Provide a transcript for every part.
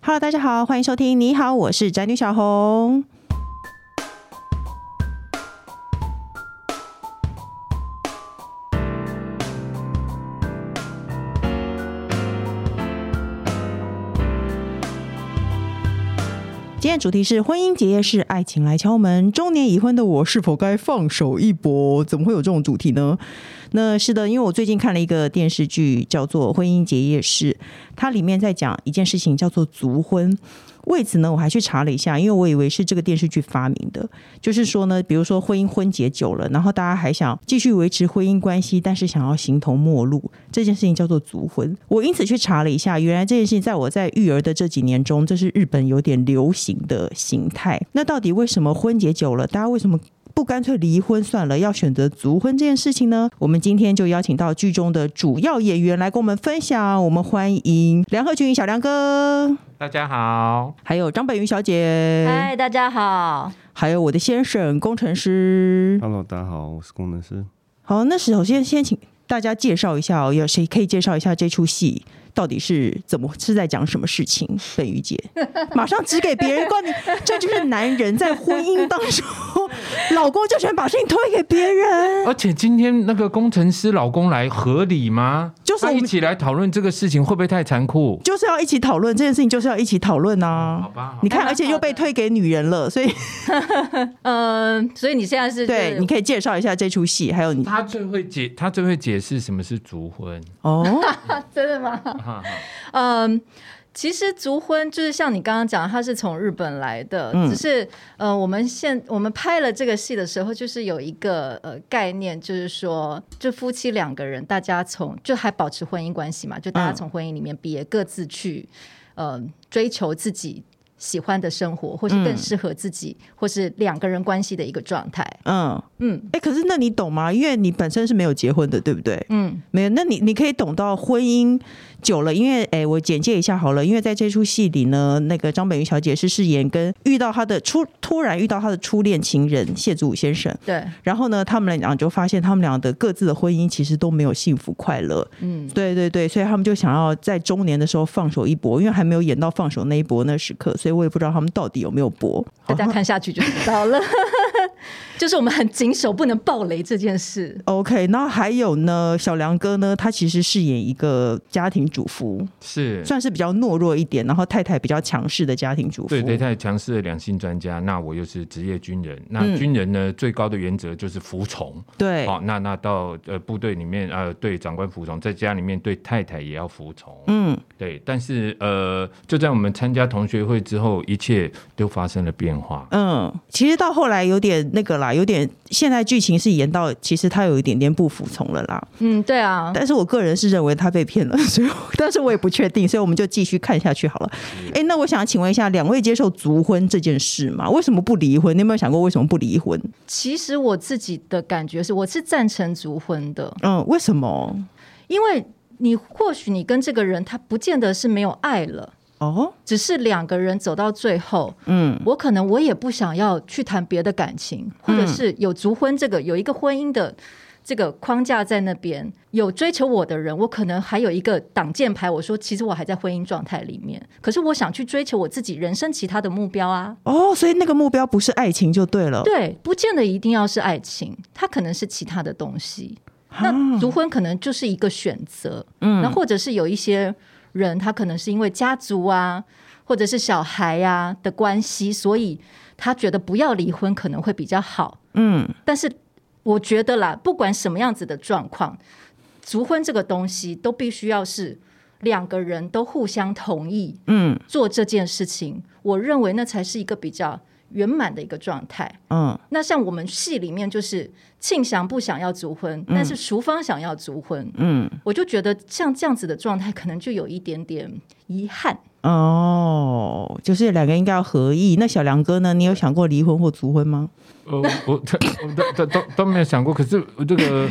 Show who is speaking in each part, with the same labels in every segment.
Speaker 1: Hello，大家好，欢迎收听。你好，我是宅女小红。今天的主题是婚姻结业式，爱情来敲门。中年已婚的我是否该放手一搏？怎么会有这种主题呢？那是的，因为我最近看了一个电视剧，叫做《婚姻结业式》，它里面在讲一件事情，叫做族婚。为此呢，我还去查了一下，因为我以为是这个电视剧发明的。就是说呢，比如说婚姻婚结久了，然后大家还想继续维持婚姻关系，但是想要形同陌路，这件事情叫做族婚。我因此去查了一下，原来这件事情在我在育儿的这几年中，这是日本有点流行的形态。那到底为什么婚结久了，大家为什么？不干脆离婚算了，要选择族婚这件事情呢？我们今天就邀请到剧中的主要演员来跟我们分享。我们欢迎梁鹤群小梁哥，
Speaker 2: 大家好，
Speaker 1: 还有张本云小姐，
Speaker 3: 嗨，大家好。
Speaker 1: 还有我的先生工程师。
Speaker 4: Hello，大家好，我是工程师。
Speaker 1: 好，那首先先请大家介绍一下哦，有谁可以介绍一下这出戏到底是怎么是在讲什么事情？本于姐马上指给别人冠名，这就是男人在婚姻当中，老公就喜欢把事情推给别人。
Speaker 2: 而且今天那个工程师老公来合理吗？
Speaker 1: 就是我
Speaker 2: 他
Speaker 1: 们
Speaker 2: 一起来讨论这个事情会不会太残酷？
Speaker 1: 就是要一起讨论这件事情，就是要一起讨论啊
Speaker 2: 好！吧，
Speaker 1: 你看，而且又被推给女人了，所以
Speaker 3: 嗯、所以你现在是
Speaker 1: 对，你
Speaker 3: 以
Speaker 1: 可以介绍一下这出戏，还有你
Speaker 2: 他最会解，他最会解释什么是族婚。
Speaker 1: 哦，
Speaker 3: 真的吗？
Speaker 2: 哈哈
Speaker 3: 嗯、其实族婚就是像你刚刚讲，它是从日本来的，
Speaker 1: 嗯
Speaker 3: 只是呃，我们现我们拍了这个戏的时候，就是有一个呃概念，就是说，就夫妻两个人，大家从就还保持婚姻关系嘛，就大家
Speaker 1: 嗯
Speaker 3: 从婚姻里面毕业，各自去呃追求自己。喜欢的生活，或是
Speaker 1: 嗯
Speaker 3: 更适合自己，或是两个人关系的一个状态。
Speaker 1: 嗯，
Speaker 3: 嗯
Speaker 1: 哎、可是那你懂吗？因为你本身是没有结婚的，对不对？
Speaker 3: 嗯，
Speaker 1: 没有，那你你可以懂到婚姻久了，因为哎、我简介一下好了，因为在这出戏里呢，那个张本煜小姐是饰演跟遇到她的初突然遇到她的初恋情人谢祖武先生，
Speaker 3: 对，
Speaker 1: 然后呢，他们俩就发现他们俩的各自的婚姻其实都没有幸福快乐，
Speaker 3: 嗯，
Speaker 1: 对对对，所以他们就想要在中年的时候放手一搏，因为还没有演到放手那一搏那时刻，所以我也不知道他们到底有没有搏。
Speaker 3: 大家看下去就知道了。 就是我们很谨守不能暴雷这件事。
Speaker 1: OK，那还有呢，小梁哥呢，他其实饰演一个家庭主妇，
Speaker 2: 是，
Speaker 1: 算是比较懦弱一点，然后太太比较强势的家庭主妇。
Speaker 2: 对对，太强势的两性专家。那我又是职业军人，那
Speaker 1: 嗯
Speaker 2: 军人呢，最高的原则就是服从。
Speaker 1: 对
Speaker 2: 好、那那到呃部队里面呃对长官服从，在家里面对太太也要服从。
Speaker 1: 嗯，
Speaker 2: 对，但是呃，就在我们参加同学会之后，一切都发生了变化。
Speaker 1: 嗯，其实到后来有点那个啦，有点现在剧情是演到，其实他有一点点不服从了啦。
Speaker 3: 嗯，对啊，
Speaker 1: 但是我个人是认为他被骗了， 所以我但是我也不确定，所以我们就继续看下去好了。哎，那我想请问一下，两位接受族婚这件事吗？为什么不离婚？你有没有想过为什么不离婚？
Speaker 3: 其实我自己的感觉是，我是赞成族婚的，
Speaker 1: 嗯，为什么？
Speaker 3: 因为你或许你跟这个人他不见得是没有爱了，
Speaker 1: 哦，
Speaker 3: 只是两个人走到最后，
Speaker 1: 嗯
Speaker 3: 我可能我也不想要去谈别的感情，或者是有族婚这个有一个婚姻的。这个框架在那边，有追求我的人，我可能还有一个挡箭牌。我说，其实我还在婚姻状态里面，可是我想去追求我自己人生其他的目标啊。
Speaker 1: 哦，所以那个目标不是爱情就对了。
Speaker 3: 对，不见得一定要是爱情，它可能是其他的东西。那族婚可能就是一个选择，嗯，那或者是有一些人，他可能是因为家族啊，或者是小孩呀、啊、的关系，所以他觉得不要离婚可能会比较好。
Speaker 1: 嗯，
Speaker 3: 但是我觉得啦，不管什么样子的状况，族婚这个东西都必须要是两个人都互相同意，
Speaker 1: 嗯
Speaker 3: 做这件事情，我认为那才是一个比较圆满的一个状态。
Speaker 1: 嗯
Speaker 3: 那像我们戏里面就是庆祥不想要族婚，但是淑芳想要族婚，
Speaker 1: 嗯，
Speaker 3: 我就觉得像这样子的状态，可能就有一点点遗憾。
Speaker 1: 哦，就是两个应该要合意。那小梁哥呢？你有想过离婚或族婚 吗？
Speaker 2: 呃，我我都都都都没有想过，可是 这个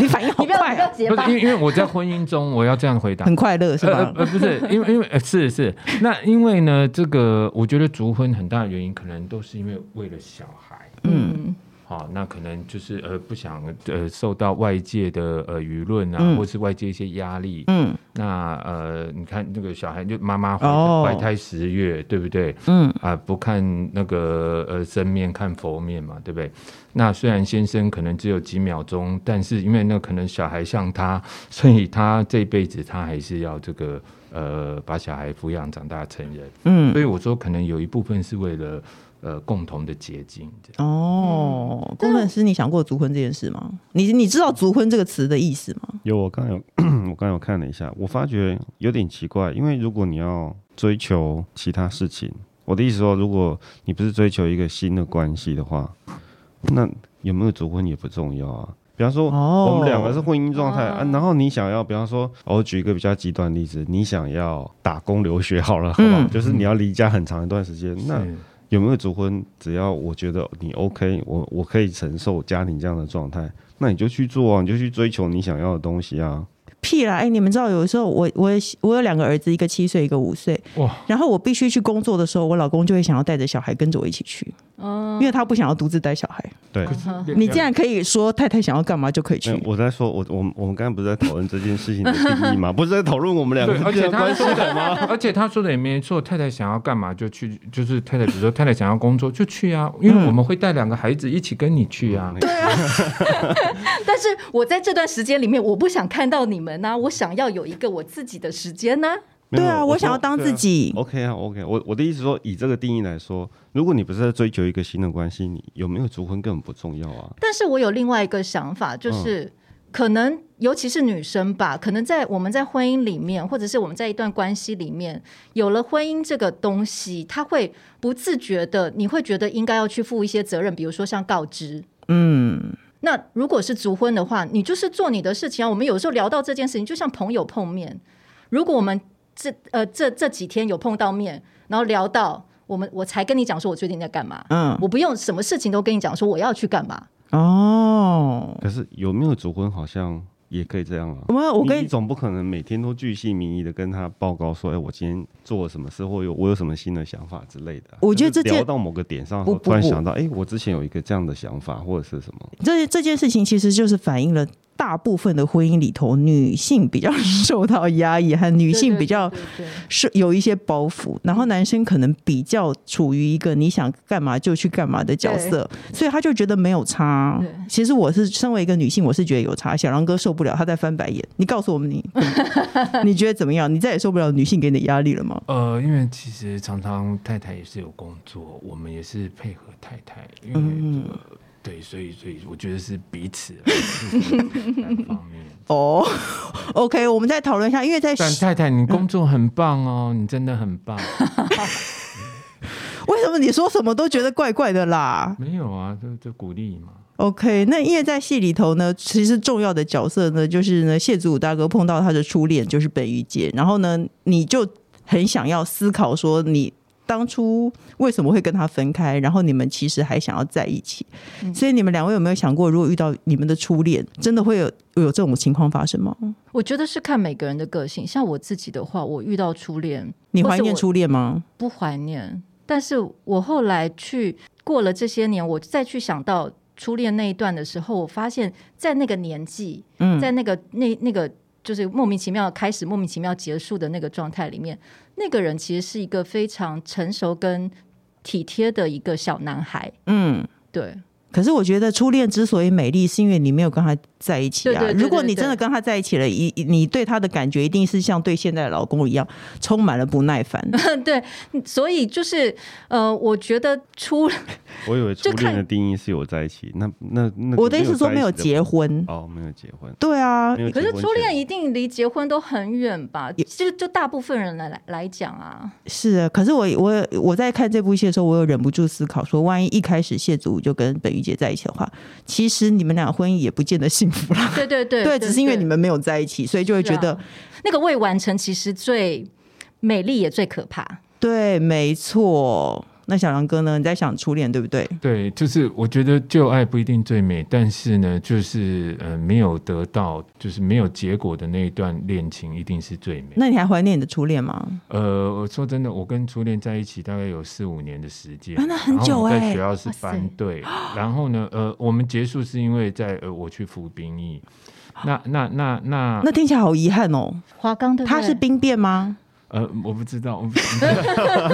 Speaker 1: 你反应好
Speaker 3: 你不要
Speaker 1: 快
Speaker 3: 你不要
Speaker 1: 啊、
Speaker 3: 结
Speaker 2: 不
Speaker 3: 巴
Speaker 2: 是，因为因为我在婚姻中，我要这样回答
Speaker 1: 很。快乐是
Speaker 2: 呃
Speaker 1: 吧？
Speaker 2: 呃，不是，因为因为呃是是，那因为呢，这个我觉得族婚很大的原因，可能都是因为为了小孩，
Speaker 3: 嗯，
Speaker 2: 好、那可能就是呃不想呃受到外界的呃舆论啊，
Speaker 1: 嗯
Speaker 2: 或是外界一些压力，
Speaker 1: 嗯
Speaker 2: 那呃，你看那个小孩就妈妈怀
Speaker 1: 哦
Speaker 2: 怀胎十月，对不对？
Speaker 1: 嗯
Speaker 2: 啊、不看那个呃僧面看佛面嘛，对不对？那虽然先生可能只有几秒钟，但是因为那可能小孩像他，所以他这辈子他还是要这个呃把小孩抚养长大成人。
Speaker 1: 嗯，
Speaker 2: 所以我说，可能有一部分是为了呃共同的结晶。这样
Speaker 3: 嗯
Speaker 1: 哦，工程师，你想过族婚这件事吗？你你知道族婚这个词的意思吗？
Speaker 4: 有，我刚有，我刚有看了一下，我发觉有点奇怪，因为如果你要追求其他事情，我的意思说，如果你不是追求一个新的关系的话，那有没有结婚也不重要啊。比方说，
Speaker 1: 哦
Speaker 4: 我们两个是婚姻状态、啊，然后你想要，比方说，哦我举一个比较极端的例子，你想要打工留学好了，好不好？
Speaker 1: 嗯
Speaker 4: 就是你要离家很长一段时间，那
Speaker 2: 是
Speaker 4: 有没有结婚，只要我觉得你 OK，我我可以承受家庭这样的状态，那你就去做啊，你就去追求你想要的东西啊。
Speaker 1: 屁啦！哎、你们知道，有的时候我我我有两个儿子，一个七岁，一个五岁。
Speaker 2: 哇，
Speaker 1: 然后我必须去工作的时候，我老公就会想要带着小孩跟着我一起去，
Speaker 3: 嗯
Speaker 1: 因为他不想要独自带小孩。
Speaker 4: 对，
Speaker 1: 嗯你竟然可以说太太想要干嘛就可以去
Speaker 4: 那，我在说，我我们我们刚才不是在讨论这件事情的定义 吗？不是在讨论我们两个
Speaker 2: 对，而
Speaker 4: 之
Speaker 2: 且
Speaker 4: 间的
Speaker 2: 他
Speaker 4: 关系
Speaker 2: 说的吗？而且他说的也没错，太太想要干嘛就去，就是太太，比如说太太想要工作就去啊，因为我们会带两个孩子一起跟你去啊。
Speaker 3: 但是我在这段时间里面，我不想看到你们呐、啊我想要有一个我自己的时间呐、
Speaker 4: 没
Speaker 1: 对
Speaker 4: 有
Speaker 1: 啊，
Speaker 4: 我
Speaker 1: 我想要当自己。
Speaker 4: OK 啊，OK，我我的意思说，以这个定义来说，如果你不是在追求一个新的关系，你有没有结婚根本不重要啊。
Speaker 3: 但是我有另外一个想法，就是、可能尤其是女生吧，可能在我们在婚姻里面，或者是我们在一段关系里面，有了婚姻这个东西，她会不自觉的，你会觉得应该要去负一些责任，比如说像告知。
Speaker 1: 嗯，
Speaker 3: 那如果是足婚的话，你就是做你的事情啊。我们有时候聊到这件事情，就像朋友碰面，如果我们这呃这这几天有碰到面，然后聊到我们，我才跟你讲说我最近在干嘛，
Speaker 1: 嗯
Speaker 3: 我不用什么事情都跟你讲说我要去干嘛。
Speaker 1: 哦，
Speaker 4: 可是有没有结婚好像也可以这样啊。
Speaker 1: 我 我
Speaker 4: 你
Speaker 1: 跟
Speaker 4: 你总不可能每天都巨细靡遗的跟他报告说，哎、我今天做了什么事，或有我有什么新的想法之类的啊。
Speaker 1: 我觉得
Speaker 4: 就是
Speaker 1: 这件
Speaker 4: 聊到某个点上，
Speaker 1: 不
Speaker 4: 突然
Speaker 1: 不不
Speaker 4: 想到，哎、我之前有一个这样的想法，或者是什么。
Speaker 1: 这这件事情其实就是反映了大部分的婚姻里头，女性比较受到压抑，和女性比较
Speaker 3: 对对对对
Speaker 1: 是有一些包袱，然后男生可能比较处于一个你想干嘛就去干嘛的角色，所以他就觉得没有差
Speaker 3: 对。
Speaker 1: 其实我是身为一个女性，我是觉得有差。小狼哥受不了，他在翻白眼。你告诉我们你，你觉得怎么样？你再也受不了女性给你的压力了吗？
Speaker 2: 呃，因为其实常常太太也是有工作，我们也是配合太太，因为、呃对，所以所以我觉得是彼此啊单方面。
Speaker 1: 哦、o k 我们再讨论一下，因为在
Speaker 2: 但太太，你工作很棒哦，你真的很棒。
Speaker 1: 为什么你说什么都觉得怪怪的啦？
Speaker 2: 没有啊，就就鼓励嘛。
Speaker 1: OK，那因为在戏里头呢，其实重要的角色呢，就是呢谢祖武大哥碰到他的初恋就是本玉洁，然后呢，你就很想要思考说你。当初为什么会跟他分开？然后你们其实还想要在一起，
Speaker 3: 嗯
Speaker 1: 所以你们两位有没有想过，如果遇到你们的初恋，真的会有有这种情况发生吗？
Speaker 3: 我觉得是看每个人的个性。像我自己的话，我遇到初恋，
Speaker 1: 你
Speaker 3: 或是
Speaker 1: 怀念
Speaker 3: 我
Speaker 1: 初恋吗？
Speaker 3: 不怀念，但是我后来去过了这些年，我再去想到初恋那一段的时候，我发现，在那个年纪，
Speaker 1: 嗯
Speaker 3: 在那个那那个就是莫名其妙开始、莫名其妙结束的那个状态里面，那个人其实是一个非常成熟跟体贴的一个小男孩。
Speaker 1: 嗯，
Speaker 3: 对，
Speaker 1: 可是我觉得初恋之所以美丽，是因为你没有跟他在一起啊。
Speaker 3: 对对对对
Speaker 1: 如果你真的跟他在一起了，一你对他的感觉一定是像对现在的老公一样，充满了不耐 烦。
Speaker 3: 对，嗯所以就是呃，我觉得初
Speaker 4: 我以为初
Speaker 3: 就看
Speaker 4: 恋的定义是有在一起，那那那个
Speaker 1: 我的意思说没有
Speaker 4: 在一起
Speaker 1: 结
Speaker 4: 的
Speaker 1: 婚，
Speaker 4: 哦，没有结婚，
Speaker 1: 对啊
Speaker 4: 没，有结
Speaker 3: 可
Speaker 4: 婚
Speaker 3: 是
Speaker 4: 前
Speaker 3: 初恋一定离结婚都很远吧？就就大部分人来来来讲 啊，
Speaker 1: 是啊。可是我我我在看这部戏的时候，我有忍不住思考说，万一一开始谢祖武就跟本玉洁在一起的话，其实你们俩婚姻也不见得幸福啦。
Speaker 3: 对 对对，
Speaker 1: 对，只是因为你们没有在一起，所以就会觉
Speaker 3: 是
Speaker 1: 得
Speaker 3: 啊那个未完成，其实最美丽也最可怕。
Speaker 1: 对，没错。那小狼哥呢？你在想初恋对不对？
Speaker 2: 对，就是我觉得旧爱不一定最美，但是呢，就是呃，没有得到，就是没有结果的那一段恋情一定是最美。
Speaker 1: 那你还怀念你的初恋吗？
Speaker 2: 呃，我说真的，我跟初恋在一起大概有四五年的时间，
Speaker 1: 啊那很久
Speaker 2: 然后我们
Speaker 1: 欸
Speaker 2: 在学校是
Speaker 3: 哇塞
Speaker 2: 班队，然后呢，呃，我们结束是因为在呃我去服兵役，那那那那
Speaker 1: 啊那听起来好遗憾哦。
Speaker 3: 华冈对不对
Speaker 1: 他是兵变吗？
Speaker 2: 呃，我不知道，我不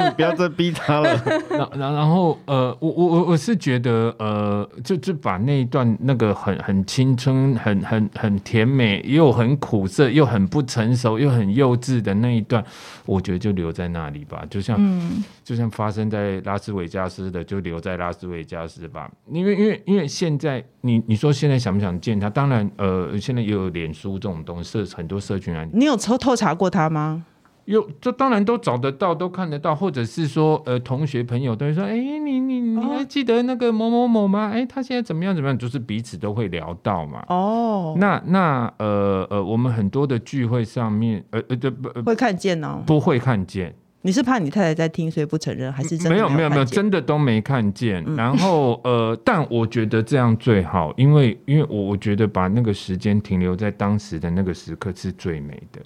Speaker 4: 你不要再逼 他了。
Speaker 2: 然然然后呃，我我我我是觉得呃，就就把那一段那个很很青春、很很很甜美，又很苦涩，又很不成熟，又很幼稚的那一段，我觉得就留在那里吧。就像、就像发生在拉斯维加斯的，就留在拉斯维加斯吧。因为因为因为现在你你说现在想不想见他？当然呃，现在也有脸书这种东西，社很多社群啊，
Speaker 1: 你有抽透查过他吗？
Speaker 2: 有，这当然都找得到，都看得到，或者是说，呃，同学朋友都会说，哎，你你
Speaker 1: 哦
Speaker 2: 你还记得那个某某某吗？哎，他现在怎么样怎么样？就是彼此都会聊到嘛。
Speaker 1: 哦，
Speaker 2: 那那呃呃，我们很多的聚会上面，呃呃，这不、呃、
Speaker 1: 会看见哦。
Speaker 2: 不会看见，
Speaker 1: 你是怕你太太在听，所以不承认，还是真的
Speaker 2: 没有
Speaker 1: 没
Speaker 2: 嗯没有没有，
Speaker 1: 看见嗯
Speaker 2: 真的都没看见。然后呃，但我觉得这样最好，因为因为我我觉得把那个时间停留在当时的那个时刻是最美的。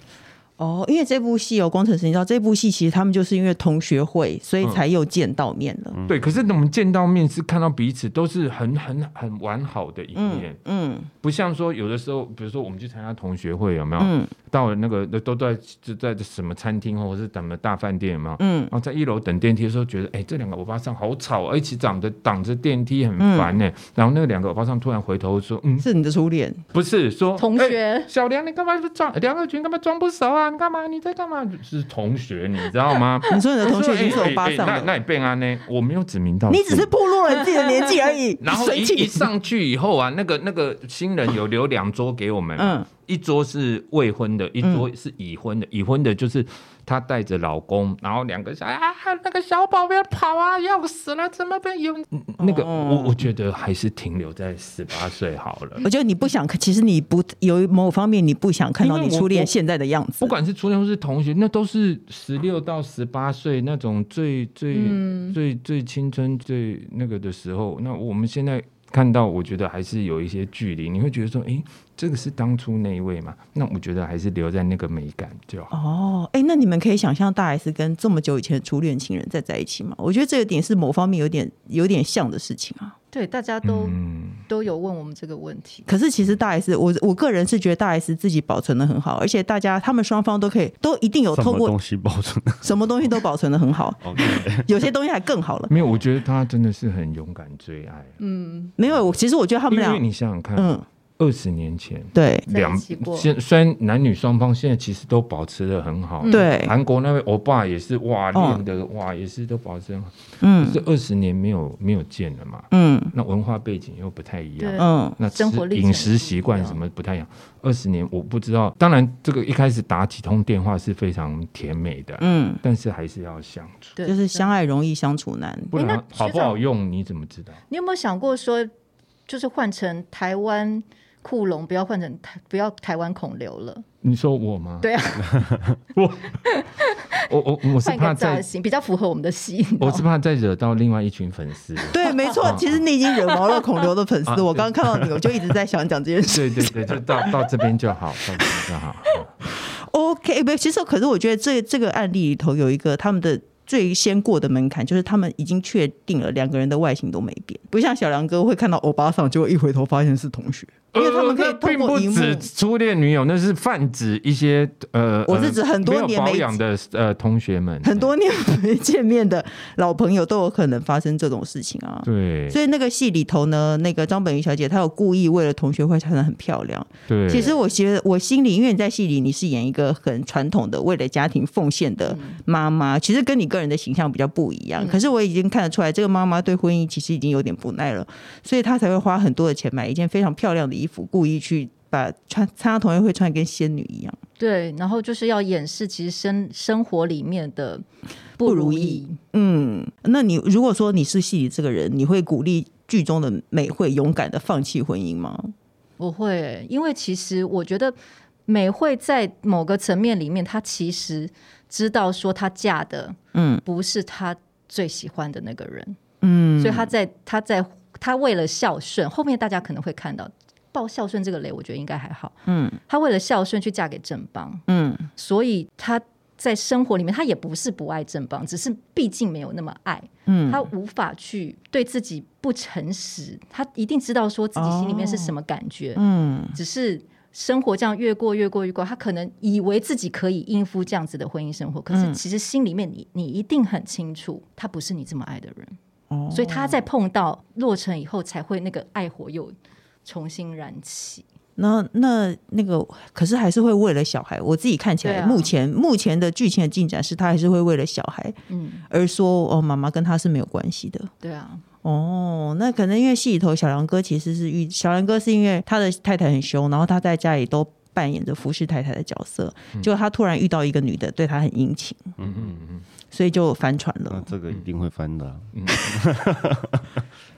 Speaker 1: 哦？因为这部戏有工程师，你知道这部戏其实他们就是因为同学会，所以才又见到面了。
Speaker 2: 对，可是我们见到面是看到彼此都是很很很完好的一面，
Speaker 1: 嗯
Speaker 2: 不像说有的时候，比如说我们去参加同学会，有没有？
Speaker 1: 嗯
Speaker 2: 到了那个都在就在什么餐厅或者是什么大饭店，有没有？
Speaker 1: 嗯
Speaker 2: 然后在一楼等电梯的时候，觉得哎、这两个欧巴桑好吵，哎一起挡着
Speaker 1: 嗯
Speaker 2: 挡着电梯很烦呢、然后那两个欧巴桑突然回头说：“嗯，
Speaker 1: 是你的初恋，
Speaker 2: 不是说
Speaker 3: 同
Speaker 2: 哎
Speaker 3: 学
Speaker 2: 小梁，你干嘛装梁二群干嘛装不熟啊？你干嘛？你在干嘛？是同学，你知道吗？
Speaker 1: 你说你的同学
Speaker 2: 我
Speaker 1: 已
Speaker 2: 说
Speaker 1: 经是
Speaker 2: 哎
Speaker 1: 欧巴
Speaker 2: 哎
Speaker 1: 桑
Speaker 2: 哎那
Speaker 1: 了，
Speaker 2: 那你变安呢？我没有指名道姓，。
Speaker 1: 你只是暴露了你自己的年纪而已
Speaker 2: 然后一
Speaker 1: 随
Speaker 2: 一
Speaker 1: 气，
Speaker 2: 上去以后啊，那个那个新人有留两桌给我们，啊
Speaker 1: 嗯
Speaker 2: 一桌是未婚的，一桌是已婚的。已婚的就是她带着老公，然后两个小啊，那个小宝贝跑啊，要死了，怎么办？有嗯那个，
Speaker 1: 哦
Speaker 2: 我我觉得还是停留在十八岁好了。
Speaker 1: 我觉得你不想，其实你不有某方面你不想看到
Speaker 2: 因为
Speaker 1: 你
Speaker 2: 我
Speaker 1: 初恋
Speaker 2: 我
Speaker 1: 现在的样子。
Speaker 2: 不管是初恋或是同学，那都是十六到十八岁那种最最、
Speaker 1: 嗯
Speaker 2: 最最青春、最那个的时候。那我们现在看到，我觉得还是有一些距离。你会觉得说，诶，这个是当初那一位嘛？那我觉得还是留在那个美感就好。
Speaker 1: 哦，哎、那你们可以想象大 S 跟这么久以前的初恋情人在在一起吗？我觉得这个点是某方面有点有点像的事情啊。
Speaker 3: 对，大家都、
Speaker 2: 嗯，
Speaker 3: 都有问我们这个问题。
Speaker 1: 可是其实大 S，我我个人是觉得大 S 自己保存的很好，而且大家他们双方都可以都一定有
Speaker 4: 什
Speaker 1: 透
Speaker 4: 么
Speaker 1: 过
Speaker 4: 东西保存
Speaker 1: 什么东西都保存的很好，
Speaker 2: 哦
Speaker 4: ？OK，
Speaker 1: 有些东西还更好了。
Speaker 2: 没有，我觉得他真的是很勇敢追爱。啊
Speaker 3: 嗯，
Speaker 1: 没有，我其实我觉得他们
Speaker 2: 因
Speaker 1: 俩
Speaker 2: 为，你想想看，
Speaker 1: 嗯，
Speaker 2: 二十、年前。
Speaker 1: 对
Speaker 3: 在一
Speaker 2: 两
Speaker 3: 起过
Speaker 2: 现虽然男女双方现在其实都保持的很好，
Speaker 1: 嗯对，
Speaker 2: 韩国那位欧巴也是哇
Speaker 1: 哦
Speaker 2: 练的、哇也是都保持得很好。
Speaker 1: 嗯
Speaker 2: 这二十年没有没有见了嘛，
Speaker 1: 嗯
Speaker 2: 那文化背景又不太一样
Speaker 3: 对，
Speaker 1: 嗯，
Speaker 2: 那吃
Speaker 3: 生活历程
Speaker 2: 饮食习
Speaker 3: 不
Speaker 2: 惯
Speaker 3: 一样
Speaker 2: 什么不太一样。二十年我不知道，当然这个一开始打几通电话是非常甜美的，
Speaker 1: 嗯，
Speaker 2: 但是还是要相处，
Speaker 3: 对，
Speaker 1: 就是相爱容易相处难。
Speaker 2: 不
Speaker 3: 那
Speaker 2: 然
Speaker 3: 学
Speaker 2: 好不
Speaker 3: 长
Speaker 2: 好用你怎么知道？
Speaker 3: 你有没有想过说，就是换成台湾库龙，不要换成台，不要台湾孔刘了？
Speaker 2: 你说我吗？
Speaker 3: 对啊，
Speaker 2: 我我我是
Speaker 3: 换一
Speaker 2: 怕
Speaker 3: 个造
Speaker 2: 再
Speaker 3: 型，哦比较符合我们的戏。
Speaker 2: 我是怕再惹到另外一群粉丝。
Speaker 1: 对，没错，其实你已经惹毛了孔刘的粉丝。
Speaker 2: 啊
Speaker 1: 我刚刚看到你，我就一直在想讲这件事。
Speaker 2: 对对对，就到到这边就好，到这边就好。
Speaker 1: OK，不，其实可是我觉得这这个案例里头有一个他们的最先过的门槛，就是他们已经确定了两个人的外形都没变，不像小梁哥会看到欧巴桑，结果一回头发现是同学，因为他们可以
Speaker 2: 呃
Speaker 1: 通过
Speaker 2: 并
Speaker 1: 荧
Speaker 2: 不
Speaker 1: 幕。
Speaker 2: 指初恋女友，那是泛指一些呃，
Speaker 1: 我是指很多
Speaker 2: 没有
Speaker 1: 年没
Speaker 2: 保养的呃同学们，
Speaker 1: 很多年没见面的老朋友都有可能发生这种事情啊。
Speaker 2: 对
Speaker 1: 所以那个戏里头呢，那个张本瑀小姐她有故意为了同学会穿的很漂亮。
Speaker 2: 对，
Speaker 1: 其实我觉得我心里，因为你在戏里你是演一个很传统的为了家庭奉献的妈妈，其实跟你个人的形象比较不一样。可是我已经看得出来，这个妈妈对婚姻其实已经有点不耐了，所以她才会花很多的钱买一件非常漂亮的衣服，故意去把穿参加同学会穿得跟仙女一样。
Speaker 3: 对，然后就是要掩饰其实生生活里面的
Speaker 1: 不
Speaker 3: 不
Speaker 1: 如
Speaker 3: 如
Speaker 1: 意
Speaker 3: 意。
Speaker 1: 嗯，那你如果说你是戏里这个人，你会鼓励剧中的美惠勇敢的放弃婚姻吗？
Speaker 3: 我会，因为其实我觉得美惠在某个层面里面，她其实知道说她嫁的
Speaker 1: 嗯
Speaker 3: 不是她最喜欢的那个人，
Speaker 1: 嗯，
Speaker 3: 所以她在她在她为了孝顺，后面大家可能会看到报孝顺这个雷，我觉得应该还好。
Speaker 1: 嗯
Speaker 3: 她为了孝顺去嫁给正邦，
Speaker 1: 嗯
Speaker 3: 所以她在生活里面，她也不是不爱正邦，只是毕竟没有那么爱。
Speaker 1: 嗯，
Speaker 3: 他无法去对自己不诚实，他一定知道说自己心里面是什么感觉，
Speaker 1: 嗯
Speaker 3: 只是生活这样越过越过越过，他可能以为自己可以应付这样子的婚姻生活，可是其实心里面你你一定很清楚，他不是你这么爱的人，
Speaker 1: 哦
Speaker 3: 所以他在碰到落成以后才会那个爱火又重新燃起。
Speaker 1: 那那那个，可是还是会为了小孩。我自己看起来，
Speaker 3: 对啊
Speaker 1: 目前目前的剧情的进展是，他还是会为了小孩
Speaker 3: 嗯，
Speaker 1: 而说，哦，妈妈跟他是没有关系的。
Speaker 3: 对啊，
Speaker 1: 哦，那可能因为戏里头小梁哥其实是遇小梁哥是因为他的太太很凶，然后他在家里都扮演着服侍太太的角色，结果他突然遇到一个女的对他很殷勤，
Speaker 2: 嗯嗯嗯
Speaker 1: 所以就翻船了，
Speaker 4: 那这个一定会翻的啊、
Speaker 2: 嗯，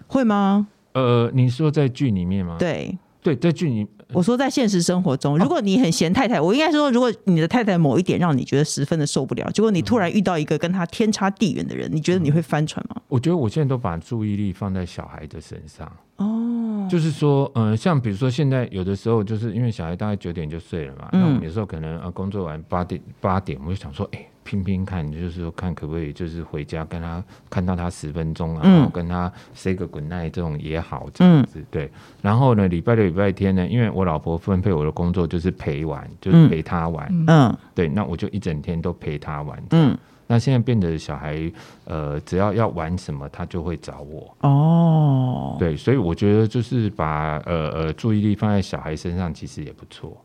Speaker 1: 会吗？
Speaker 2: 呃，你说在剧里面吗？
Speaker 1: 对。
Speaker 2: 对，在剧里
Speaker 1: 我说，在现实生活中，如果你很嫌太太，我应该说，如果你的太太某一点让你觉得十分的受不了，结果你突然遇到一个跟她天差地远的人，你觉得你会翻船吗？
Speaker 2: 我觉得我现在都把注意力放在小孩的身上。哦，就是说，嗯、像比如说现在有的时候，就是因为小孩大概九点就睡了嘛，那我
Speaker 1: 嗯
Speaker 2: 们有时候可能呃工作完八点八点，我就想说，哎、拼拼看，就是说看可不可以，就是回家跟他看到他十分钟啊，
Speaker 1: 嗯
Speaker 2: 然后跟他 say 个 good night 这种也好，这样子、对。然后呢，礼拜六、礼拜天呢，因为我老婆分配我的工作就是陪玩，就是
Speaker 1: 嗯
Speaker 2: 陪他玩，
Speaker 1: 嗯
Speaker 2: 对，那我就一整天都陪他玩。
Speaker 1: 嗯，
Speaker 2: 那现在变得小孩，呃，只要要玩什么，他就会找我。
Speaker 1: 哦，
Speaker 2: 对，所以我觉得就是把呃呃注意力放在小孩身上，其实也不错。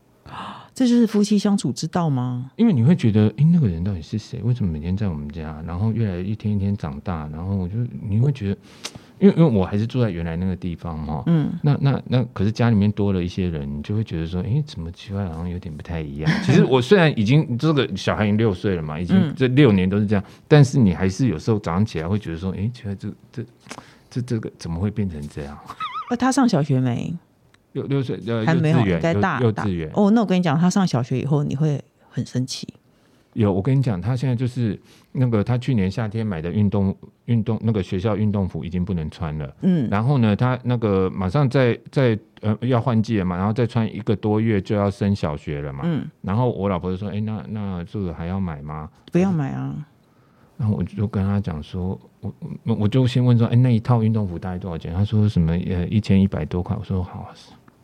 Speaker 1: 这就是夫妻相处之道吗？
Speaker 2: 因为你会觉得，诶，那个人到底是谁？为什么每天在我们家？然后越来一天一天长大，然后我就你会觉得，因为因为我还是住在原来那个地方哈、
Speaker 1: 嗯，
Speaker 2: 那那那，可是家里面多了一些人，你就会觉得说，诶，怎么奇怪，好像有点不太 一样。其实我虽然已经这个小孩已经六岁了嘛，已经
Speaker 1: 嗯
Speaker 2: 这六年都是这样，但是你还是有时候早上起来会觉得说，诶，奇怪，这这这这个怎么会变成这样？
Speaker 1: 呃，他上小学没？
Speaker 2: 六六岁呃，
Speaker 1: 还没有
Speaker 2: 幼，稚园
Speaker 1: 应该大
Speaker 2: 幼幼
Speaker 1: 大
Speaker 2: 稚园
Speaker 1: 哦。那我跟你讲，他上小学以后，你会很生气。
Speaker 2: 有，我跟你讲，他现在就是那个，他去年夏天买的运动运动那个学校运动服已经不能穿了。
Speaker 1: 嗯，
Speaker 2: 然后呢，他那个马上在在呃要换季了嘛，然后再穿一个多月就要升小学了嘛。
Speaker 1: 嗯，
Speaker 2: 然后我老婆就说：“哎，那那这个还要买吗
Speaker 1: 不要买啊。？”
Speaker 2: 然后我就跟他讲说：“我我我就先问说，哎，那一套运动服大概多少钱？”他说：“什么呃一千一百多块。”我说：“好，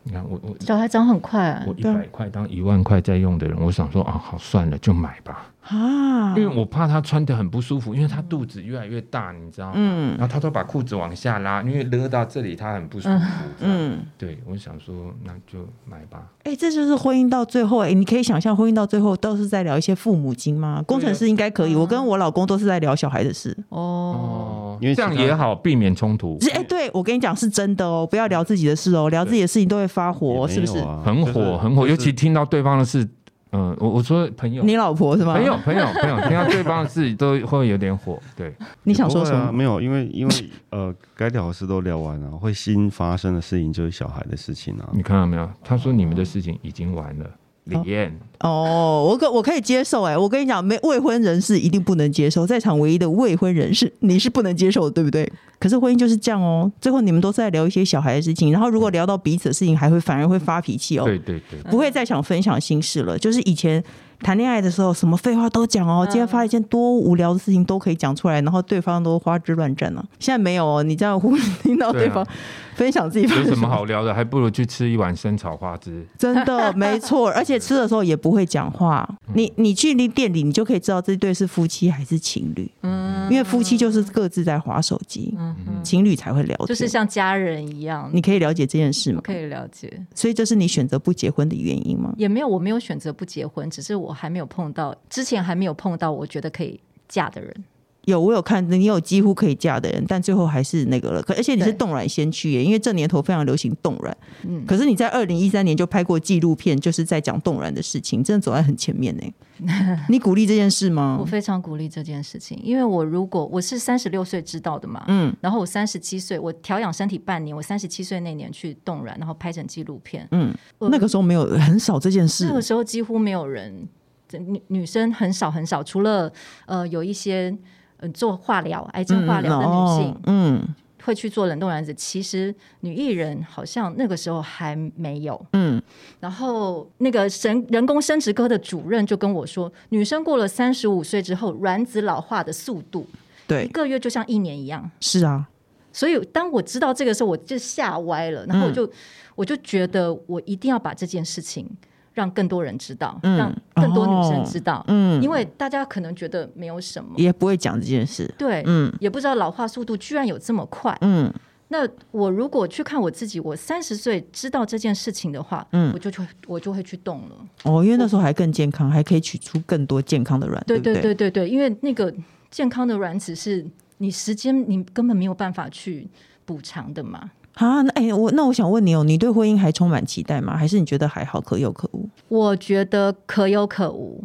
Speaker 2: 你看我我
Speaker 3: 小孩长很快、啊
Speaker 2: 我一
Speaker 1: 对啊
Speaker 2: 百块当一万块在用的人，我想说啊，好算了，就买吧。”
Speaker 1: 啊，
Speaker 2: 因为我怕他穿的很不舒服，因为他肚子越来越大，你知道吗？
Speaker 1: 嗯
Speaker 2: 然后他都把裤子往下拉，因为勒到这里他很不舒服。嗯，
Speaker 1: 嗯，
Speaker 2: 对，我想说那就买吧。
Speaker 1: 哎、这就是婚姻到最后、哎，你可以想象婚姻到最后都是在聊一些父母经吗？工程师应该可
Speaker 4: 啊
Speaker 1: 以，我跟我老公都是在聊小孩的事。
Speaker 3: 哦，
Speaker 2: 哦，
Speaker 4: 因为
Speaker 2: 这样
Speaker 4: 其他
Speaker 2: 也好，避免冲突
Speaker 1: 是。哎、对我跟你讲是真的哦，不要聊自己的事哦，聊自己的事情都会发火，
Speaker 4: 也
Speaker 1: 是
Speaker 4: 没
Speaker 1: 不
Speaker 4: 有
Speaker 1: 是？
Speaker 4: 啊
Speaker 2: 很
Speaker 4: 就
Speaker 2: 火，
Speaker 4: 是
Speaker 2: 很火，
Speaker 4: 就
Speaker 2: 尤
Speaker 4: 是
Speaker 2: 其听到对方的事，嗯，我我说朋友，
Speaker 1: 你老婆是吗？
Speaker 2: 朋友，朋友，朋友，听到对方的事都会有点火。对，
Speaker 1: 你想说什
Speaker 4: 不会啊
Speaker 1: 么？
Speaker 4: 没有，因为因为呃，该聊的事都聊完了，会新发生的事情就是小孩的事情啊。
Speaker 2: 你看到没有？他说你们的事情已经完了，李艳，
Speaker 1: 哦，我可我可以接受哎、我跟你讲，没未婚人士一定不能接受，在场唯一的未婚人士你是不能接受的，对不对？可是婚姻就是这样哦，最后你们都是在聊一些小孩的事情，然后如果聊到彼此的事情，还会反而会发脾气哦，
Speaker 2: 对对对，
Speaker 1: 不
Speaker 3: 嗯
Speaker 1: 会再想分享心事了。就是以前谈恋爱的时候，什么废话都讲哦，今
Speaker 3: 嗯
Speaker 1: 天发生一件多无聊的事情都可以讲出来，然后对方都花枝乱颤了、现在没有哦，你这样忽然听到对方
Speaker 2: 对啊
Speaker 1: 分享自己发
Speaker 2: 有
Speaker 1: 生
Speaker 2: 什么好聊的？还不如去吃一碗生炒花枝。
Speaker 1: 真的没错，而且吃的时候也不会讲话。
Speaker 2: 嗯
Speaker 1: 你你去那店里，你就可以知道这对是夫妻还是情侣，
Speaker 3: 嗯，
Speaker 1: 因为夫妻就是各自在划手机，
Speaker 2: 嗯
Speaker 1: 情侣才会聊天。
Speaker 3: 就是像家人一样，
Speaker 1: 你可以了解这件事吗
Speaker 3: 我？可以了解。
Speaker 1: 所以这是你选择不结婚的原因吗？
Speaker 3: 也没有，我没有选择不结婚，只是我还没有碰到，之前还没有碰到我觉得可以嫁的人。
Speaker 1: 有，我有看你有几乎可以嫁的人，但最后还是那个了。可而且你是
Speaker 3: 对
Speaker 1: 冻卵先驱耶，因为这年头非常流行冻卵。
Speaker 3: 嗯
Speaker 1: 可是你在二零一三年就拍过纪录片，就是在讲冻卵的事情，真的走在很前面呢。 你鼓励这件事吗
Speaker 3: 我？非常鼓励这件事情，因为我如果我是三十六岁知道的嘛，
Speaker 1: 嗯
Speaker 3: 然后我三十七岁，我调养身体半年，我三十七岁那年去冻卵，然后拍成纪录片。
Speaker 1: 嗯，
Speaker 3: 我
Speaker 1: 那个时候没有很少这件事
Speaker 3: 那。个时候几乎没有人，这女女生很少很少，除了呃有一些呃做化疗、癌症化疗的女性、
Speaker 1: 嗯
Speaker 3: 会去做冷冻卵子，其实女艺人好像那个时候还没有。
Speaker 1: 嗯
Speaker 3: 然后那个神人工生殖科的主任就跟我说，女生过了三十五岁之后，卵子老化的速度
Speaker 1: 嗯，
Speaker 3: 一
Speaker 1: 对，
Speaker 3: 个月就像一年一样。
Speaker 1: 是啊，
Speaker 3: 所以当我知道这个时候，我就吓歪了，然后我
Speaker 1: 嗯
Speaker 3: 就、我就觉得我一定要把这件事情让更多人知道，
Speaker 1: 嗯
Speaker 3: 让更多女生知道，
Speaker 1: 嗯，
Speaker 3: 因为大家可能觉得没有什么，
Speaker 1: 也不会讲这件事，
Speaker 3: 对，
Speaker 1: 嗯
Speaker 3: 也不知道老化速度居然有这么快。
Speaker 1: 嗯
Speaker 3: 那我如果去看我自己，我三十岁知道这件事情的话，
Speaker 1: 嗯
Speaker 3: 我就去我就会去动了。
Speaker 1: 哦，因为那时候还更健康，还可以取出更多健康的卵，
Speaker 3: 对
Speaker 1: 不对
Speaker 3: 对对对对，因为那个健康的卵子是你时间你根本没有办法去补偿的嘛。
Speaker 1: 啊，那哎、我那我想问你哦，你对婚姻还充满期待吗？还是你觉得还好，可有可无？
Speaker 3: 我觉得可有可无。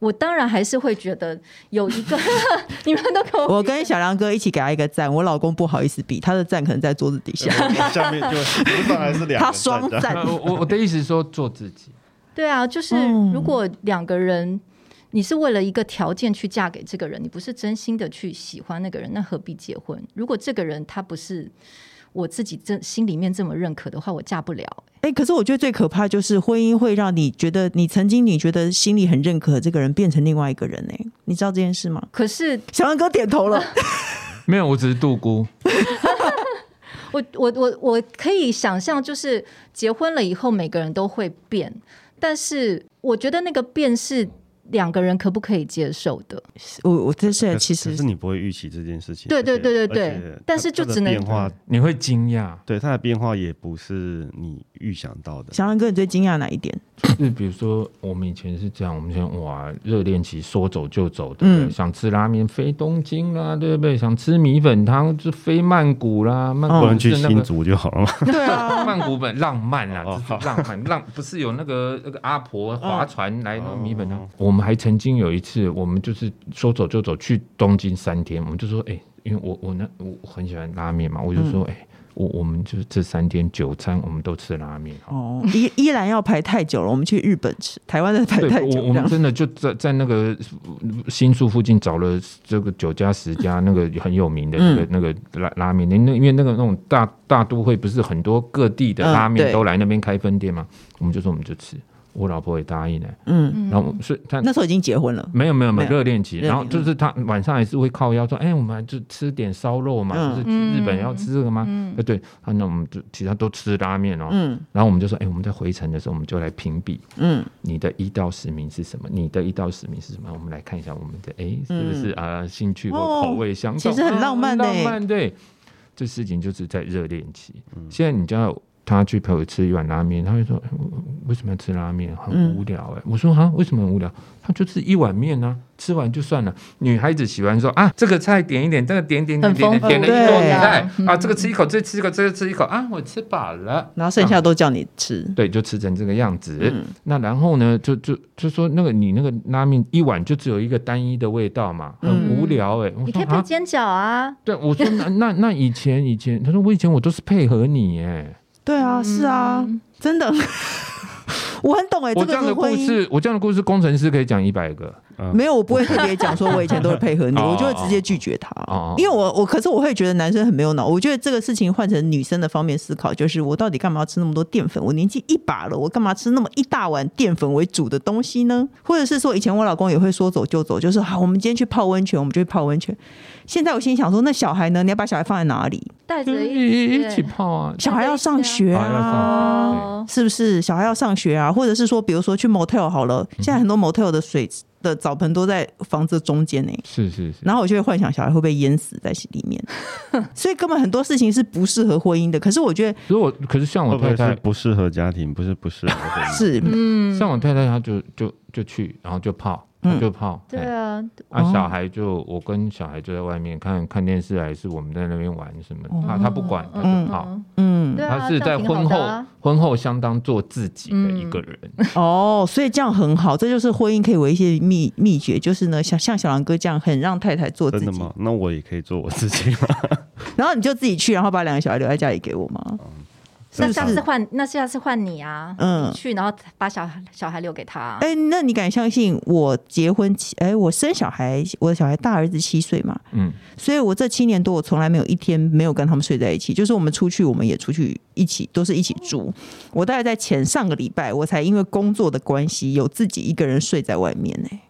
Speaker 3: 我当然还是会觉得有一个，你们都跟我
Speaker 1: 我跟小梁哥一起给他一个赞，我老公不好意思比，他的赞可能在桌子底下，
Speaker 4: 下面就不当然是 两
Speaker 1: 他
Speaker 4: 个
Speaker 1: 双
Speaker 4: 站的，
Speaker 1: 赞
Speaker 2: 呃。我我我的意思是说做自己，
Speaker 3: 对啊，就是
Speaker 1: 嗯
Speaker 3: 如果两个人，你是为了一个条件去嫁给这个人，你不是真心的去喜欢那个人，那何必结婚？如果这个人他不是我自己真心里面这么认可的话，我嫁不了。
Speaker 1: 哎、可是我觉得最可怕就是婚姻会让你觉得你曾经你觉得心里很认可的这个人变成另外一个人哎、你知道这件事吗？
Speaker 3: 可是
Speaker 1: 小梁哥点头 了，
Speaker 2: 没有，我只是度孤。
Speaker 3: 我我我我可以想象，就是结婚了以后，每个人都会变，但是我觉得那个变是两个人可不可以接受的？
Speaker 1: 我我这是
Speaker 4: 可
Speaker 1: 其实
Speaker 4: 可是你不会预期这件事情，
Speaker 3: 对对对对
Speaker 4: 而且
Speaker 3: 对
Speaker 4: 而且它
Speaker 3: 但是就
Speaker 4: 它的
Speaker 3: 只能嗯
Speaker 4: 变化，
Speaker 2: 你会惊讶，
Speaker 4: 对它的变化也不是你预想到的。
Speaker 1: 小梁哥你最惊讶哪一点？
Speaker 2: 就是比如说我们以前是这样，我们以前哇热恋期说走就走，对不对？
Speaker 1: 嗯
Speaker 2: 想吃拉面飞东京啦，对不对？想吃米粉汤就飞曼谷啦，曼
Speaker 1: 哦
Speaker 4: 不
Speaker 2: 谷
Speaker 4: 能去
Speaker 2: 是那
Speaker 4: 新
Speaker 2: 个。
Speaker 4: 竹就好了嘛？
Speaker 1: 对啊，
Speaker 2: 曼谷本浪漫啦，
Speaker 4: 哦
Speaker 2: 这是浪漫浪不是有那个那个阿婆划船来
Speaker 4: 哦
Speaker 2: 弄米粉汤。我们还曾经有一次，我们就是说走就走去东京三天，我们就说，哎、因为我我那我很喜欢拉面嘛，我就说，哎、我我们就是这三天九餐我们都吃拉面，好
Speaker 1: 哦，依依然要排太久了，我们去日本吃，台湾的排
Speaker 2: 对，
Speaker 1: 太久
Speaker 2: 我
Speaker 1: 这
Speaker 2: 我们
Speaker 1: 样。
Speaker 2: 真的就在在那个新宿附近找了这个九家十家那个很有名的那个、
Speaker 1: 嗯
Speaker 2: 那个拉拉面店，那因为那个那种大大都会不是很多各地的
Speaker 1: 嗯
Speaker 2: 拉面
Speaker 1: 对
Speaker 2: 都来那边开分店嘛，我们就说我们就吃，我老婆也答应了、
Speaker 1: 嗯，
Speaker 2: 然后我所以她
Speaker 1: 那时候已经结婚了。
Speaker 2: 没有没有没有
Speaker 1: 没有
Speaker 2: 热恋期，
Speaker 1: 热恋
Speaker 2: 然后就是她晚上还是会靠腰说，哎、我们还就吃点烧肉嘛，
Speaker 1: 嗯
Speaker 2: 就是去日本要吃这个吗？嗯、对，啊，那我们就其他都吃拉面哦，
Speaker 1: 嗯
Speaker 2: 然后我们就说，哎、我们在回程的时候我们就来评比。
Speaker 1: 嗯，
Speaker 2: 你的一到十名是什么？你的一到十名是什么？我们来看一下我们的哎，是不是啊、呃兴趣或口味
Speaker 1: 嗯
Speaker 2: 相
Speaker 1: 哦其
Speaker 2: 同？
Speaker 1: 实很浪漫的
Speaker 2: 啊很浪漫对。这事情就是在热恋期。
Speaker 1: 嗯
Speaker 2: 现在你叫他去陪我吃一碗拉面，他会说哎我我为什么要吃拉面？
Speaker 1: 嗯
Speaker 2: 很无聊哎、我说啊，为什么很无聊？他就是一碗面啊，吃完就算了。女孩子喜欢说啊，这个菜点一点，这个点点点
Speaker 3: 很丰
Speaker 2: 点
Speaker 3: 富
Speaker 2: 点了一桌
Speaker 1: 对嗯
Speaker 2: 菜啊，这个吃一口，这个吃一口，这个吃一口啊，我吃饱了。
Speaker 1: 然后剩下都叫你吃。
Speaker 2: 对，就吃成这个样子。
Speaker 1: 嗯
Speaker 2: 那然后呢，就就就说那个你那个拉面一碗就只有一个单一的味道嘛，
Speaker 1: 嗯
Speaker 2: 很无聊哎、我
Speaker 3: 你
Speaker 2: 说
Speaker 3: 可以配
Speaker 2: 啊，
Speaker 3: 煎饺啊，
Speaker 2: 对，我说那那那以前以前，他说我以前我都是配合你哎、
Speaker 1: 对啊，是啊，真的， 我很懂哎、这
Speaker 2: 我这
Speaker 1: 个
Speaker 2: 样
Speaker 1: 是
Speaker 2: 的
Speaker 1: 婚
Speaker 2: 故
Speaker 1: 姻。
Speaker 2: 事，我这样的故事，工程师可以讲一百个。
Speaker 4: 嗯
Speaker 1: 没有，我不会特别讲说，我以前都会配合你，
Speaker 2: 哦
Speaker 1: 我就会直接拒绝他
Speaker 2: 哦哦，
Speaker 1: 因为我我可是我会觉得男生很没有脑，我觉得这个事情换成女生的方面思考，就是我到底干嘛要吃那么多淀粉？我年纪一把了，我干嘛吃那么一大碗淀粉为主的东西呢？或者是说，以前我老公也会说走就走，就是好、啊，我们今天去泡温泉，我们就去泡温泉。现在我心里想说，那小孩呢？你要把小孩放在哪里？
Speaker 3: 带
Speaker 2: 就
Speaker 3: 着
Speaker 1: 嗯
Speaker 2: 是
Speaker 3: 一
Speaker 2: 一
Speaker 3: 对
Speaker 2: 一起泡啊，
Speaker 1: 小孩要上学
Speaker 2: 小孩要上
Speaker 1: 啊
Speaker 2: 学。
Speaker 3: 哦，
Speaker 1: 是不是小孩要上学啊，或者是说，比如说去 motel 好了，
Speaker 2: 嗯
Speaker 1: 现在很多 motel 的水的澡盆都在房子中间呢、
Speaker 2: 是是是，
Speaker 1: 然后我就会幻想小孩会被淹死在里面， 所以根本很多事情是不适合婚姻的。可是我觉得
Speaker 2: 如果可是像
Speaker 4: 会
Speaker 2: 我
Speaker 4: 不会
Speaker 2: 太
Speaker 4: 是
Speaker 2: 太，
Speaker 4: 不适合家庭，不是不适合 婚姻？
Speaker 1: 是，
Speaker 2: 像我太太，她就就就去，然后就泡，
Speaker 1: 嗯
Speaker 2: 就泡，
Speaker 3: 对
Speaker 2: 哎
Speaker 3: 啊，
Speaker 2: 啊
Speaker 1: 哦，
Speaker 2: 小孩就我跟小孩就在外面看看电视，还是我们在那边玩什么？他他不管，他
Speaker 1: 嗯
Speaker 2: 不好，
Speaker 1: 嗯，
Speaker 3: 对啊，
Speaker 2: 他是在
Speaker 3: 这样
Speaker 2: 婚
Speaker 3: 挺好
Speaker 2: 后
Speaker 3: 的啊嗯
Speaker 2: 婚后相当做自己的一个人。
Speaker 1: 哦，所以这样很好，这就是婚姻可以有一些秘秘诀，就是呢，像像小狼哥这样，很让太太做自
Speaker 4: 真的
Speaker 1: 己，
Speaker 4: 吗？那我也可以做我自己 吗？
Speaker 1: 然后你就自己去，然后把两个小孩留在家里给我吗？
Speaker 4: 哦
Speaker 3: 那
Speaker 1: 是
Speaker 3: 下次换，那下次换你啊，
Speaker 1: 嗯
Speaker 3: 你去，然后把小孩小孩留给他啊。
Speaker 1: 哎、那你敢相信我结婚七，哎、我生小孩，我的小孩大儿子七岁嘛，
Speaker 2: 嗯，
Speaker 1: 所以我这七年多，我从来没有一天没有跟他们睡在一起。就是我们出去，我们也出去一起，都是一起住。我大概在前上个礼拜，我才因为工作的关系，有自己一个人睡在外面呢、欸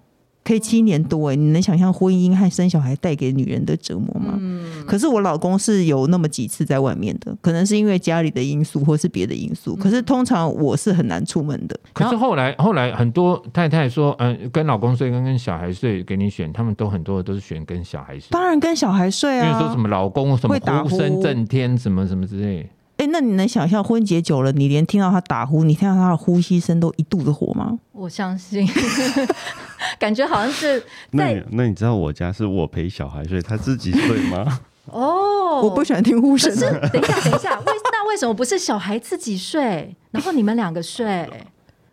Speaker 1: 可以七年多哎，你能想象婚姻和生小孩带给女人的折磨吗？
Speaker 2: 嗯
Speaker 1: 可是我老公是有那么几次在外面的，可能是因为家里的因素或是别的因素。可是通常我是很难出门的。
Speaker 2: 嗯可
Speaker 1: 然
Speaker 2: 是
Speaker 1: 后
Speaker 2: 后来，后来很多太太说，嗯、跟老公睡跟跟小孩睡给你选，他们都很多都是选跟小孩睡，
Speaker 1: 当然跟小孩睡
Speaker 2: 因
Speaker 1: 啊，
Speaker 2: 为说什么老公什么
Speaker 1: 会打
Speaker 2: 呼声
Speaker 1: 呼
Speaker 2: 震天，什么什么之类。
Speaker 1: 哎、那你能想象婚结久了，你连听到他打呼，你听到他的呼吸声都一肚子火吗？
Speaker 3: 我相信， 感觉好像是
Speaker 4: 那
Speaker 3: 在
Speaker 4: 你那你知道我家是我陪小孩睡，他自己睡吗？
Speaker 3: 哦，
Speaker 1: 我不喜欢听呼声
Speaker 3: 可是
Speaker 1: 啊、
Speaker 3: 等一下，等一下，为那为什么不是小孩自己睡，然后你们两个睡？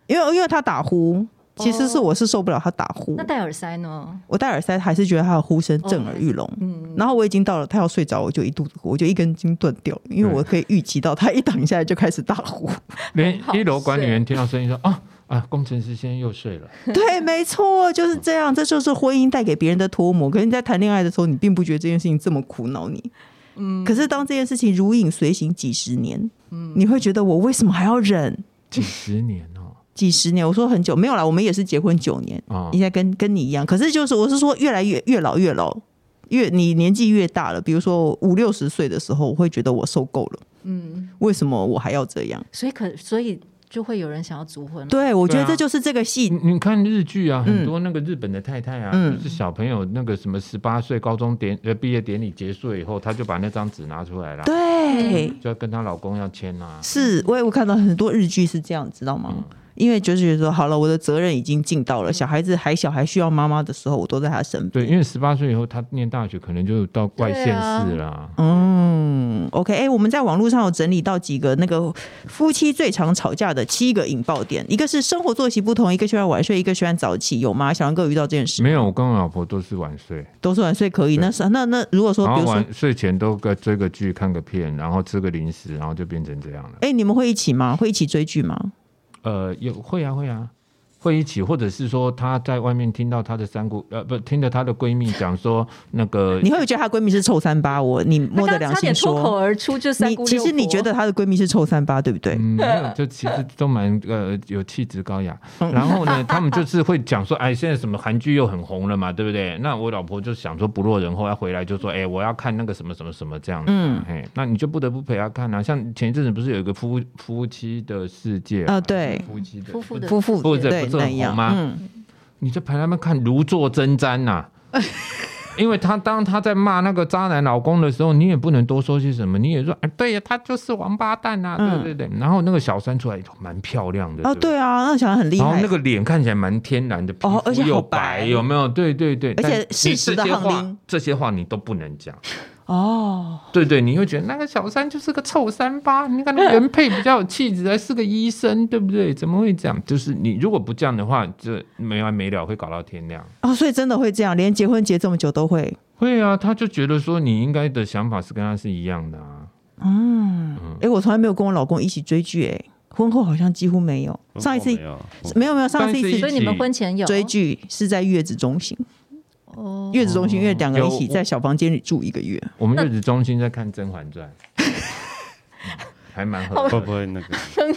Speaker 1: 因为因为他打呼，其实是我是受不了他打呼。
Speaker 3: 那戴耳塞呢？
Speaker 1: 我戴耳塞还是觉得他的呼声震耳欲聋。
Speaker 3: 嗯，
Speaker 1: 然后我已经到了他要睡着，我就一肚子火，我就一根筋断掉了，因为我可以预期到他一躺下来就开始大 呼。
Speaker 2: 连
Speaker 3: 好
Speaker 2: 一楼管理
Speaker 3: 睡
Speaker 2: 员听到声音说，啊啊，工程师先生又 睡了。
Speaker 1: 对，没错，就是这样，这就是婚姻带给别人的脱模。可是你在谈恋爱的时候，你并不觉得这件事情这么苦恼你。嗯，可是当这件事情如影随形几十年，嗯，你会觉得我为什么还要忍？
Speaker 2: 几十年 哦，
Speaker 1: 几十年，我说很久没有啦，我们也是结婚九年，
Speaker 2: 啊、
Speaker 1: 应该跟跟你一样。可是就是我是说，越来越越老越老，越你年纪越大了，比如说五六十岁的时候，我会觉得我受够了。嗯，为什么我还要这样？
Speaker 3: 所以可所以就会有人想要足婚了。
Speaker 1: 对，我觉
Speaker 2: 对
Speaker 1: 得
Speaker 2: 啊
Speaker 1: 这就是这个戏。
Speaker 2: 你你看日剧啊，
Speaker 1: 嗯
Speaker 2: 很多那个日本的太太啊，
Speaker 1: 嗯
Speaker 2: 就是小朋友那个什么十八岁高中典呃毕业典礼结束以后，她就把那张纸拿出来了，
Speaker 1: 对，
Speaker 2: 就要跟她老公要签啊。
Speaker 1: 是我也我看到很多日剧是这样，知道
Speaker 2: 嗯
Speaker 1: 吗？因为就是觉得说，好了，我的责任已经尽到了。小孩子还小，还需要妈妈的时候，我都在他身边。
Speaker 2: 对，因为十八岁以后，她念大学可能就到外县市啦、
Speaker 1: 嗯，OK，哎、我们在网络上有整理到几个那个夫妻最常吵架的七个引爆点，一个是生活作息不同，一个喜欢晚睡，一个喜欢早起，有吗？小杨哥有遇到这件事，
Speaker 2: 没有，我跟我老婆都是晚睡，
Speaker 1: 都是晚睡可以。那是那那如果说，
Speaker 2: 然
Speaker 1: 比
Speaker 2: 后
Speaker 1: 如说，哎、
Speaker 2: 晚睡前都个追个剧、看个片，然后吃个零食，然后就变成这样了。
Speaker 1: 哎你们会一起吗？会一起追剧吗？
Speaker 2: 呃，有会啊会啊，会一起，或者是说她在外面听到她的三姑呃不，听着她的闺蜜讲说那个
Speaker 1: 你会不会觉得她闺蜜是臭三八？我你
Speaker 3: 他
Speaker 1: 摸着
Speaker 3: 刚刚
Speaker 1: 良
Speaker 3: 差点
Speaker 1: 心
Speaker 3: 脱口
Speaker 1: 说，
Speaker 3: 而出就三
Speaker 1: 你
Speaker 3: 姑
Speaker 1: 其
Speaker 3: 六婆。
Speaker 1: 实你觉得她的闺蜜是臭三八，对不对？
Speaker 2: 嗯，没有，就其实都蛮呃有气质高雅。然后呢，他们就是会讲说，哎，现在什么韩剧又很红了嘛，对不对？那我老婆就想说不落人后，要回来就说，哎，我要看那个什么什么什么这样子。嗯，嘿，那你就不得不陪她看啊。像前一阵子不是有一个夫夫妻的世界
Speaker 1: 啊
Speaker 2: 嘛
Speaker 1: 对
Speaker 2: 夫妻的
Speaker 3: 夫妇的
Speaker 1: 夫妇
Speaker 2: 或者
Speaker 1: 对
Speaker 2: 不是
Speaker 1: 那
Speaker 2: 很
Speaker 1: 样
Speaker 2: 红吗
Speaker 1: 嗯，
Speaker 2: 你就陪他们看如坐针毡呐、因为他当他在骂那个渣男老公的时候，你也不能多说些什么，你也说，哎，对呀，他就是王八蛋呐、
Speaker 1: 嗯
Speaker 2: 对对对。然后那个小三出来蛮漂亮的，
Speaker 1: 哦，
Speaker 2: 对不对
Speaker 1: 对啊，那小孩很厉
Speaker 2: 然后
Speaker 1: 害
Speaker 2: 那。个脸看起来蛮天然的，皮
Speaker 1: 哦而且
Speaker 2: 肤又
Speaker 1: 好白
Speaker 2: 有没有？对对对，
Speaker 1: 而且
Speaker 2: 但你
Speaker 1: 适时地
Speaker 2: 这些
Speaker 1: 放
Speaker 2: 话
Speaker 1: 拎，
Speaker 2: 这些话你都不能讲。
Speaker 1: 哦，
Speaker 2: 对对，你会觉得那个小三就是个臭三八，你看那原配比较有气质，还是个医生，对不对？怎么会这样？就是你如果不这样的话，这没完没了会搞到天亮。
Speaker 1: 哦，所以真的会这样，连结婚结这么久都会。
Speaker 2: 会啊，他就觉得说你应该的想法是跟他是一样的啊。
Speaker 1: 哎、我从来没有跟我老公一起追剧，哎，婚后好像几乎没有。上一次
Speaker 4: 我
Speaker 1: 没
Speaker 4: 没有，
Speaker 1: 有没有，上一次
Speaker 2: 上一次
Speaker 1: 一
Speaker 3: 所以
Speaker 1: 起
Speaker 3: 你们婚前有
Speaker 1: 追剧是在月子中心，
Speaker 3: 哦，
Speaker 1: 月子中心因为两个人一起
Speaker 2: 有
Speaker 1: 在小房间里住一个月。
Speaker 2: 我们月子中心在看《甄嬛传》嗯还蛮合
Speaker 4: 会
Speaker 2: 的。
Speaker 4: 不会那 个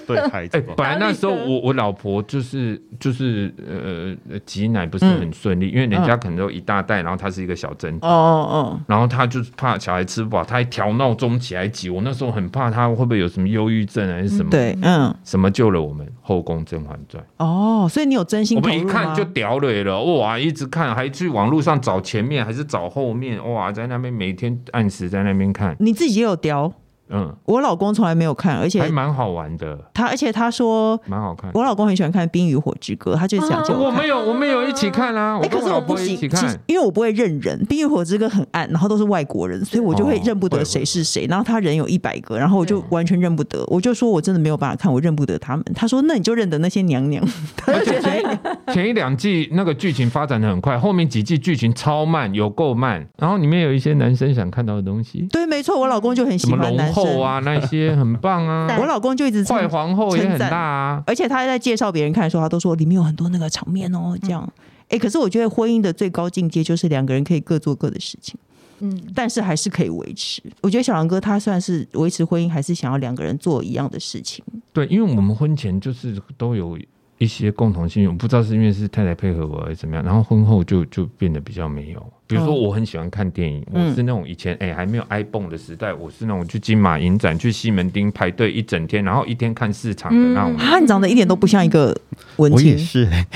Speaker 4: 对孩
Speaker 2: 哎、
Speaker 4: 子不好？
Speaker 2: 本来那时候我我老婆就是就是呃呃挤奶不是
Speaker 1: 嗯
Speaker 2: 很顺利，因为人家可能都一大袋，然后她是一个小针
Speaker 1: 哦哦
Speaker 2: 然后他就是怕小孩吃不饱，他还调闹钟起来挤。我那时候很怕他会不会有什么忧郁症还是什
Speaker 1: 哦，
Speaker 2: 么。
Speaker 1: 对，嗯，
Speaker 2: 什么救了我们？后宫《甄嬛传》，
Speaker 1: 哦，所以你有真心
Speaker 2: 我
Speaker 1: 投
Speaker 2: 们
Speaker 1: 入吗？
Speaker 2: 一看就屌了了，哇！一直看，还去网络上找前面还是找后面，哇！在那边每天按时在那边看，
Speaker 1: 你自己也有雕，
Speaker 2: 嗯，
Speaker 1: 我老公从来没有看，而
Speaker 2: 还
Speaker 1: 且
Speaker 2: 蛮好玩的，
Speaker 1: 他而且他说
Speaker 2: 蛮好看。
Speaker 1: 我老公很喜欢看《冰与火之歌》，他就是想叫
Speaker 2: 我
Speaker 1: 看。
Speaker 2: 们有，我们有一起看啊，
Speaker 1: 哎、
Speaker 2: 我
Speaker 1: 可
Speaker 2: 跟
Speaker 1: 是
Speaker 2: 老
Speaker 1: 我不
Speaker 2: 婆一
Speaker 1: 行，
Speaker 2: 起
Speaker 1: 其
Speaker 2: 看
Speaker 1: 实。因为我不会认人，《冰与火之歌》很暗，然后都是外国人，所以我就会
Speaker 2: 哦
Speaker 1: 认不得
Speaker 2: 会
Speaker 1: 谁
Speaker 2: 会
Speaker 1: 是谁。然后他人有一百个，然后我就完全认不得，我就说我真的没有办法看，我认不得他们。他说：“那你就认得那些娘 娘。”他就觉得
Speaker 2: 前一两季那个剧情发展的很快，后面几季剧情超慢，有够慢。然后里面有一些男生想看到的东西，
Speaker 1: 对，没错，我老公就很
Speaker 2: 什
Speaker 1: 喜
Speaker 2: 么
Speaker 1: 欢
Speaker 2: 龙
Speaker 1: 男
Speaker 2: 后
Speaker 1: 生。
Speaker 2: 啊，那些很 棒啊，
Speaker 1: 我老公就一直称
Speaker 2: 坏皇后也很
Speaker 1: 称
Speaker 2: 大
Speaker 1: 赞
Speaker 2: 啊。
Speaker 1: 而且他在介绍别人看的时候，他都说里面有很多那个场面哦，这样。哎、可是我觉得婚姻的最高境界就是两个人可以各做各的事情，
Speaker 3: 嗯，
Speaker 1: 但是还是可以维持。我觉得小狼哥他算是维持婚姻，还是想要两个人做一样的事情。
Speaker 2: 对，因为我们婚前就是都有一一些共同兴趣，我不知道是因为是太太配合我还是怎么样，然后婚后就就变得比较没有。比如说，
Speaker 1: 嗯
Speaker 2: 我很喜欢看电影，
Speaker 1: 嗯
Speaker 2: 我是那种以前哎、还没有 iPhone 的时代，我是那种去金马影展、去西门町排队一整天，然后一天看四场的那种。
Speaker 1: 啊，你长得一点都不像一个文
Speaker 4: 我也
Speaker 1: 青，
Speaker 4: 是、欸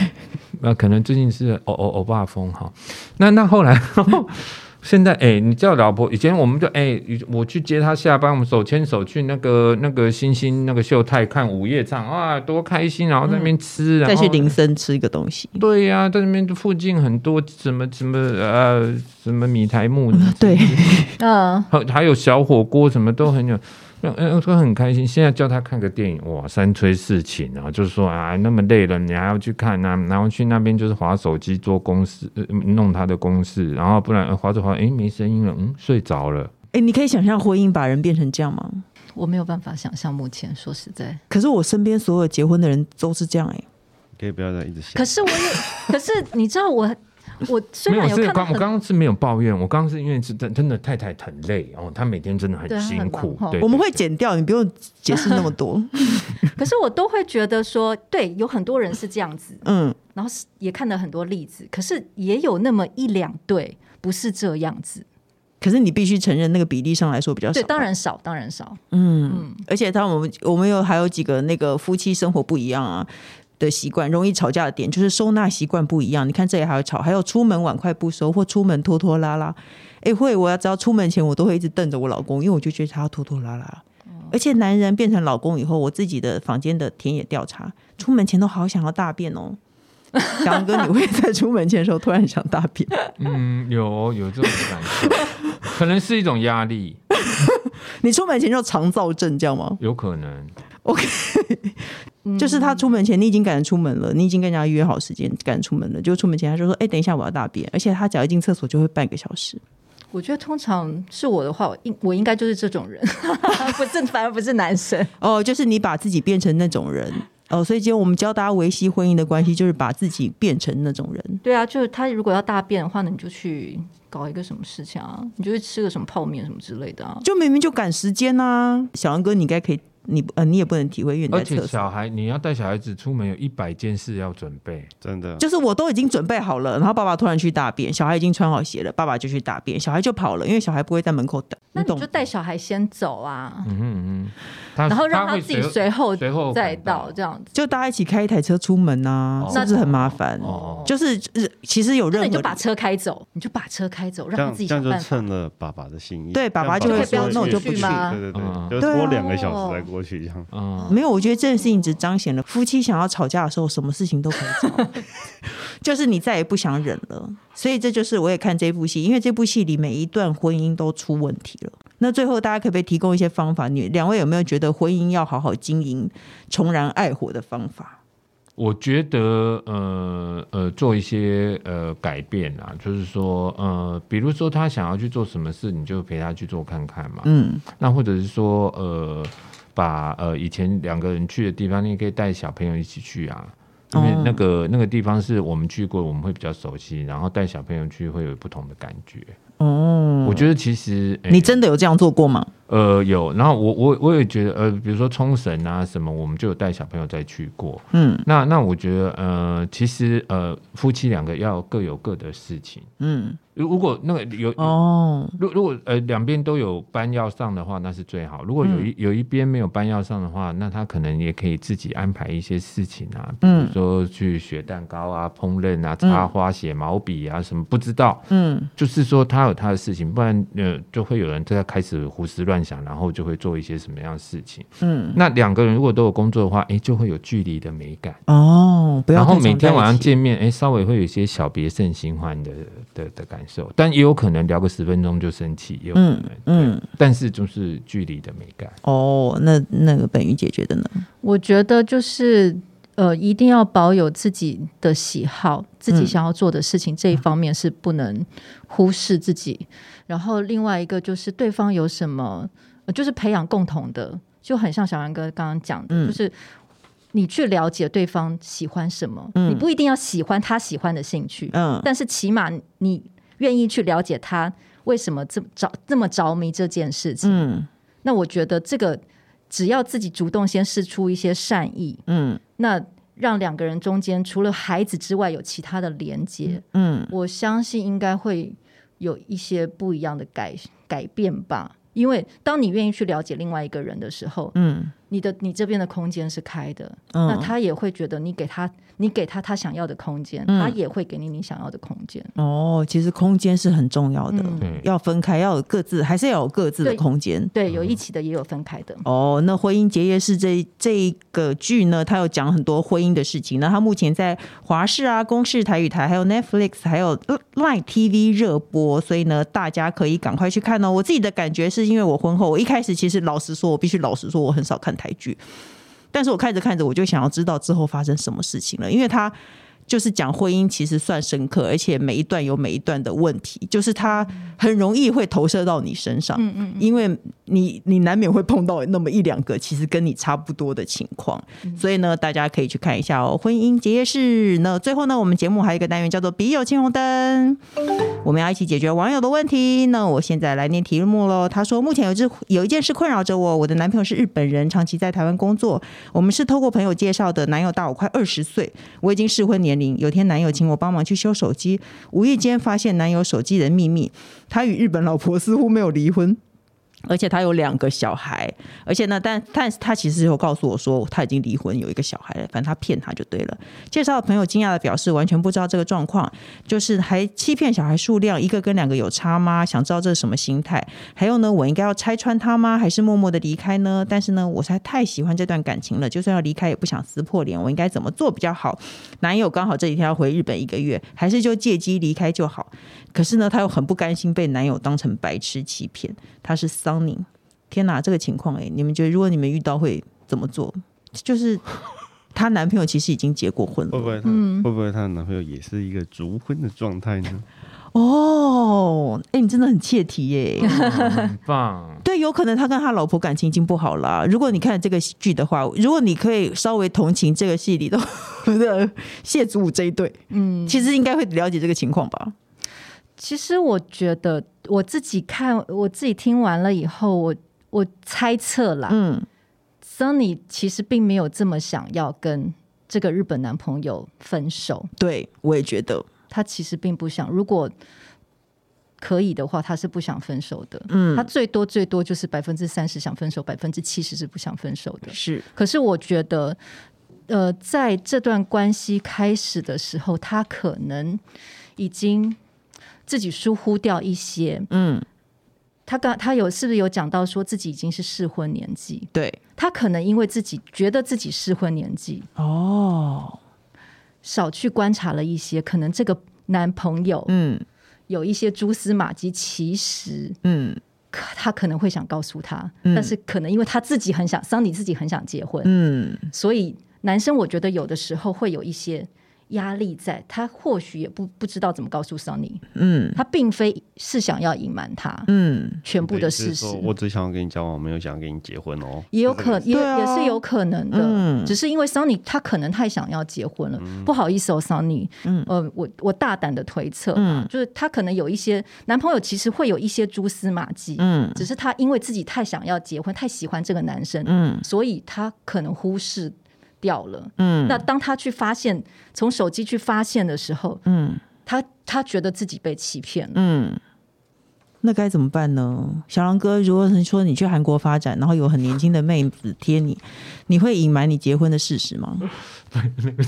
Speaker 2: 那、可能最近是欧欧欧巴风哈。那那后来， 现在哎、你叫老婆，以前我们就哎、我去接她下班，我们手牵手去那个那个星星那个秀泰看午夜场啊，多开心！然后在那边吃，然
Speaker 4: 啊
Speaker 1: 再
Speaker 2: 后
Speaker 1: 去林森吃一个东西，
Speaker 2: 对呀、在那边附近很多什么什么呃什么米苔木，
Speaker 1: 对，
Speaker 3: 嗯，
Speaker 2: 还还有小火锅，什么都很有。那嗯，都很开心。现在叫他看个电影，哇，三催四请啊，就是说啊，那么累了，你还要去看啊，然后去那边就是划手机做公事、呃弄他的公事，然后不然呃划着划，诶，没声音了，嗯，睡着了。
Speaker 1: 哎，你可以想象婚姻把人变成这样吗？
Speaker 3: 我没有办法想象，目前说实在，
Speaker 1: 可是我身边所有结婚的人都是这样哎、
Speaker 4: 可以不要再一直想
Speaker 3: 可。是我 也，可是你知道我，我虽
Speaker 2: 没有，
Speaker 3: 然
Speaker 2: 我
Speaker 3: 有
Speaker 2: 是
Speaker 3: 看到
Speaker 2: 刚我
Speaker 3: 很
Speaker 2: 刚刚是没有抱怨，我刚刚是因为是真真的太太很累哦，她每天真的很
Speaker 3: 对她很
Speaker 2: 辛苦
Speaker 3: 忙。哦
Speaker 2: 对，
Speaker 1: 我们会剪掉，你不用解释那么 多。
Speaker 3: 可是我都会觉得说，对，有很多人是这样子，
Speaker 1: 嗯，
Speaker 3: 然后是也看了很多例子，可是也有那么一两对不是这样子，
Speaker 1: 可是你必须承认，那个比例上来说比较少。
Speaker 3: 对，当，然少，当然少，
Speaker 1: 嗯，而且他我们我们有还有几个那个夫妻生活不一样啊的习惯，容易吵架的点就是收纳习惯不一样。你看这里还有吵，还有出门碗筷不收或出门拖拖拉拉。哎、会，我要只要出门前我都会一直瞪着我老公，因为我就觉得他拖拖拉拉。而且男人变成老公以后，我自己的房间的田野调查，出门前都好想要大便哦。 小杨哥，你会在出门前的时候突然想大便？
Speaker 2: 嗯，有有这种感受， 可能是一种压力，
Speaker 1: 你出门前就肠燥症这样吗？
Speaker 2: 有可能。
Speaker 1: 就是他出门前，你已经赶着出门了，你已经跟人家约好时间赶着出门了，就出门前他就说：“哎、等一下我要大便。”而且他只要一进厕所就会半个小时。
Speaker 3: 我觉得通常是我的话，我应我应该就是这 种人，不是，反而不是男生。
Speaker 1: 哦，就是你把自己变成那种人哦，所以今天我们教大家维系婚姻的关系，就是把自己变成那种人。
Speaker 3: 对啊，就是他如果要大便的话，那你就去搞一个什么事情啊，你就去吃个什么泡面什么之类的啊。
Speaker 1: 就明明就赶时间呐、小杨哥，你应该可以，你呃你也不能体会，因为你
Speaker 2: 而
Speaker 1: 在
Speaker 2: 且
Speaker 1: 厕所。
Speaker 2: 小孩，你要带小孩子出门，有一百件事要准备。
Speaker 4: 真的，
Speaker 1: 就是我都已经准备好了，然后爸爸突然去大便，小孩已经穿好鞋了，爸爸就去大便，小孩就跑了，因为小孩不会在门口等。
Speaker 3: 那你
Speaker 1: 懂
Speaker 3: 就带小孩先走啊，
Speaker 2: 嗯哼嗯哼，他
Speaker 3: 然后让
Speaker 2: 他
Speaker 3: 他
Speaker 2: 会
Speaker 3: 自己
Speaker 2: 随
Speaker 3: 随后
Speaker 2: 随后
Speaker 3: 再
Speaker 2: 赶到
Speaker 3: 到这样子。
Speaker 1: 就大家一起开一台车出门啊，
Speaker 2: 哦
Speaker 1: 是不是很麻烦？
Speaker 2: 哦
Speaker 1: 就是呃其实有任
Speaker 3: 那
Speaker 1: 何
Speaker 3: 你就把车开走，你就把车开走，
Speaker 4: 这
Speaker 3: 让他
Speaker 4: 样
Speaker 3: 自己
Speaker 4: 这样
Speaker 3: 想
Speaker 4: 就
Speaker 3: 办法。
Speaker 4: 趁了爸爸的心意，
Speaker 1: 对
Speaker 4: 这样
Speaker 1: 爸爸
Speaker 4: 爸
Speaker 1: 就
Speaker 3: 会说那我就不去嘛
Speaker 4: 对对
Speaker 2: 嗯
Speaker 4: 对，就
Speaker 1: 对啊
Speaker 4: 拖两个小时才过去这样。
Speaker 2: 嗯，
Speaker 1: 没有，我觉得这件事情只彰显了夫妻想要吵架的时候，什么事情都可以吵， 就是你再也不想忍了。所以这就是我也看这部戏，因为这部戏里每一段婚姻都出问题了。那最后大家可不可以提供一些方法？你两位有没有觉得婚姻要好好经营、重燃爱火的方法？
Speaker 2: 我觉得呃呃，做一些呃改变啊，就是说呃，比如说他想要去做什么事，你就陪他去做看看嘛。
Speaker 1: 嗯，
Speaker 2: 那或者是说呃，把呃以前两个人去的地方，你也可以带小朋友一起去啊。因为
Speaker 1: 哦
Speaker 2: 那个、那个地方是我们去过，我们会比较熟悉，然后带小朋友去会有不同的感觉。
Speaker 1: 哦，
Speaker 2: 我觉得其实、哎
Speaker 1: 嗯你真的有这样做过吗？
Speaker 2: 呃，有，然后我我我也觉得，呃，比如说冲绳啊什么，我们就有带小朋友再去过。
Speaker 1: 嗯
Speaker 2: 那那我觉得，呃，其实呃，夫妻两个要各有各的事情。
Speaker 1: 嗯，
Speaker 2: 如如果那个有，
Speaker 1: 哦，
Speaker 2: 如如果呃两边都有班要上的话，那是最好。如果
Speaker 1: 嗯
Speaker 2: 有一、有一边没有班要上的话，那他可能也可以自己安排一些事情啊，比如
Speaker 1: 嗯
Speaker 2: 说去学蛋糕啊、烹饪啊、插花、写毛笔啊什么，不知道。
Speaker 1: 嗯，
Speaker 2: 就是说他有他的事情，不然呃就会有人在开始胡思乱想，然后就会做一些什么样的事情。
Speaker 1: 嗯，
Speaker 2: 那两个人如果都有工作的话，诶，就会有距离的美感。
Speaker 1: 哦，不要
Speaker 2: 然
Speaker 1: 太
Speaker 2: 后
Speaker 1: 常在一
Speaker 2: 每
Speaker 1: 起。
Speaker 2: 天晚上见面，诶，稍微会有一些小别胜新欢的的的感受，但也有可能聊个十分钟就生气，也有可能
Speaker 1: 嗯。嗯，
Speaker 2: 但是就是距离的美 感，
Speaker 1: 哦，那那个本玉姐觉得呢？
Speaker 3: 我觉得就是呃，一定要保有自己的喜好，自己想要做的事情、这一方面是不能忽视自己。然后另外一个就是对方有什么，呃就是培养共同的，就很像小杨哥刚刚讲的，
Speaker 1: 嗯
Speaker 3: 就是。你去了解对方喜欢什么，
Speaker 1: 嗯
Speaker 3: 你不一定要喜欢他喜欢的兴趣，
Speaker 1: 嗯
Speaker 3: 但是起码你愿意去了解他为什么这么着这么着迷这件事情。
Speaker 1: 嗯
Speaker 3: 那我觉得这个只要自己主动先试出一些善意，
Speaker 1: 嗯
Speaker 3: 那让两个人中间除了孩子之外有其他的连接，
Speaker 1: 嗯，
Speaker 3: 我相信应该会有一些不一样的改改变吧。因为当你愿意去了解另外一个人的时候，
Speaker 1: 嗯，
Speaker 3: 你的你这边的空间是开的，
Speaker 1: 嗯
Speaker 3: 那他也会觉得你给他你给他他想要的空间，
Speaker 1: 嗯
Speaker 3: 他也会给你你想要的空间。
Speaker 1: 哦，其实空间是很重要的，
Speaker 3: 嗯
Speaker 2: 对
Speaker 1: 要分开，要有各自，还是要有各自的
Speaker 3: 对
Speaker 1: 空间。
Speaker 3: 对，有一起的也有分开的。
Speaker 1: 哦，那《婚姻结业式》这这一个剧呢，它有讲很多婚姻的事情。那它目前在华视啊、公视、台语台、还有 Netflix、还有 Line TV 热播，所以呢，大家可以赶快去看哦。我自己的感觉是因为我婚后，我一开始其实老实说，我必须老实说，我很少看台剧，但是我看着看着，我就想要知道之后发生什么事情了，因为它。就是讲婚姻其实算深刻，而且每一段有每一段的问题，就是它很容易会投射到你身上。
Speaker 3: 嗯嗯，
Speaker 1: 因为你你难免会碰到那么一两个其实跟你差不多的情况，
Speaker 3: 嗯
Speaker 1: 所以呢，大家可以去看一下哦。婚姻结业式，那最后呢，我们节目还有一个单元叫做“笔友青红灯”，我们要一起解决网友的问题。那我现在来念题目喽。他说，目前有一只有一件事困扰着我，我的男朋友是日本人，长期在台湾工作，我们是透过朋友介绍的，男友大我快二十岁，我已经适婚年龄。有天男友请我帮忙去修手机，无意间发现男友手机的秘密，他与日本老婆似乎没有离婚。而且他有两个小孩，而且呢，但但是他其实有告诉我说他已经离婚，有一个小孩了，反正他骗他就对了。介绍的朋友惊讶的表示，完全不知道这个状况，就是还欺骗小孩数量，一个跟两个有差吗？想知道这是什么心态？还有呢，我应该要拆穿他吗？还是默默的离开呢？但是呢，我实在太喜欢这段感情了，就算要离开也不想撕破脸，我应该怎么做比较好？男友刚好这几天要回日本一个月，还是就借机离开就好。可是呢，她又很不甘心被男友当成白痴欺骗。她是桑宁，天哪，这个情况哎、你们觉得如果你们遇到会怎么做？就是她男朋友其实已经结过婚
Speaker 2: 哦
Speaker 4: 会不
Speaker 1: 了
Speaker 4: 会她、会不会她的男朋友也是一个逐婚的状态
Speaker 3: 嗯
Speaker 4: 呢？
Speaker 1: 哦，哎、你真的很切题耶、
Speaker 2: 哦很棒。
Speaker 1: 对，有可能他跟他老婆感情已经不好了啊、如果你看这个剧的话，如果你可以稍微同情这个戏里头的呃谢祖武这一对，嗯，其实应该会了解这个情况吧？
Speaker 3: 其实我觉得我自己看，我自己听完了以后，我我猜测啦、
Speaker 1: 嗯
Speaker 3: s u n n y 其实并没有这么想要跟这个日本男朋友分手。
Speaker 1: 对，我也觉得，
Speaker 3: 他其实并不想，如果可以的话，他是不想分手的。
Speaker 1: 嗯
Speaker 3: 他最多最多就是百分之三十想分手，百分之七十是不想分手的。
Speaker 1: 是，
Speaker 3: 可是我觉得，呃，在这段关系开始的时候，他可能已经自己疏忽掉一些。
Speaker 1: 嗯，
Speaker 3: 他刚他有是不是有讲到说自己已经是适婚年纪？
Speaker 1: 对，
Speaker 3: 他可能因为自己觉得自己适婚年纪，
Speaker 1: 哦，
Speaker 3: 少去观察了一些，可能这个男朋友
Speaker 1: 嗯
Speaker 3: 有一些蛛丝马迹，其实
Speaker 1: 嗯。
Speaker 3: 可他可能会想告诉他，
Speaker 1: 嗯
Speaker 3: 但是可能因为他自己很想，桑尼自己很想结婚，
Speaker 1: 嗯，
Speaker 3: 所以男生我觉得有的时候会有一些压力在，他或许也不不知道怎么告诉桑尼，
Speaker 1: 嗯
Speaker 3: 他并非是想要隐瞒他
Speaker 1: 嗯，
Speaker 3: 全部的事
Speaker 4: 你的意思
Speaker 3: 实嗯
Speaker 4: 是，说我只想要跟你交往，没有想要跟你结婚哦。
Speaker 3: 也有可也、
Speaker 1: 对啊
Speaker 3: 也是有可能的，
Speaker 1: 嗯
Speaker 3: 只是因为桑尼他可能太想要结婚了，不好意思哦，桑尼，嗯，呃，我我大胆的推测，
Speaker 1: 嗯
Speaker 3: 就是他可能有一些男朋友其实会有一些蛛丝马迹，
Speaker 1: 嗯
Speaker 3: 只是他因为自己太想要结婚，太喜欢这个男生，
Speaker 1: 嗯
Speaker 3: 所以他可能忽视掉了。
Speaker 1: 嗯
Speaker 3: 那当他去发现从手机去发现的时候，
Speaker 1: 嗯
Speaker 3: 他他觉得自己被欺骗了。
Speaker 1: 嗯，那该怎么办呢？小狼哥，如果是说你去韩国发展，然后有很年轻的妹子贴你，你会隐瞒你结婚的事实吗？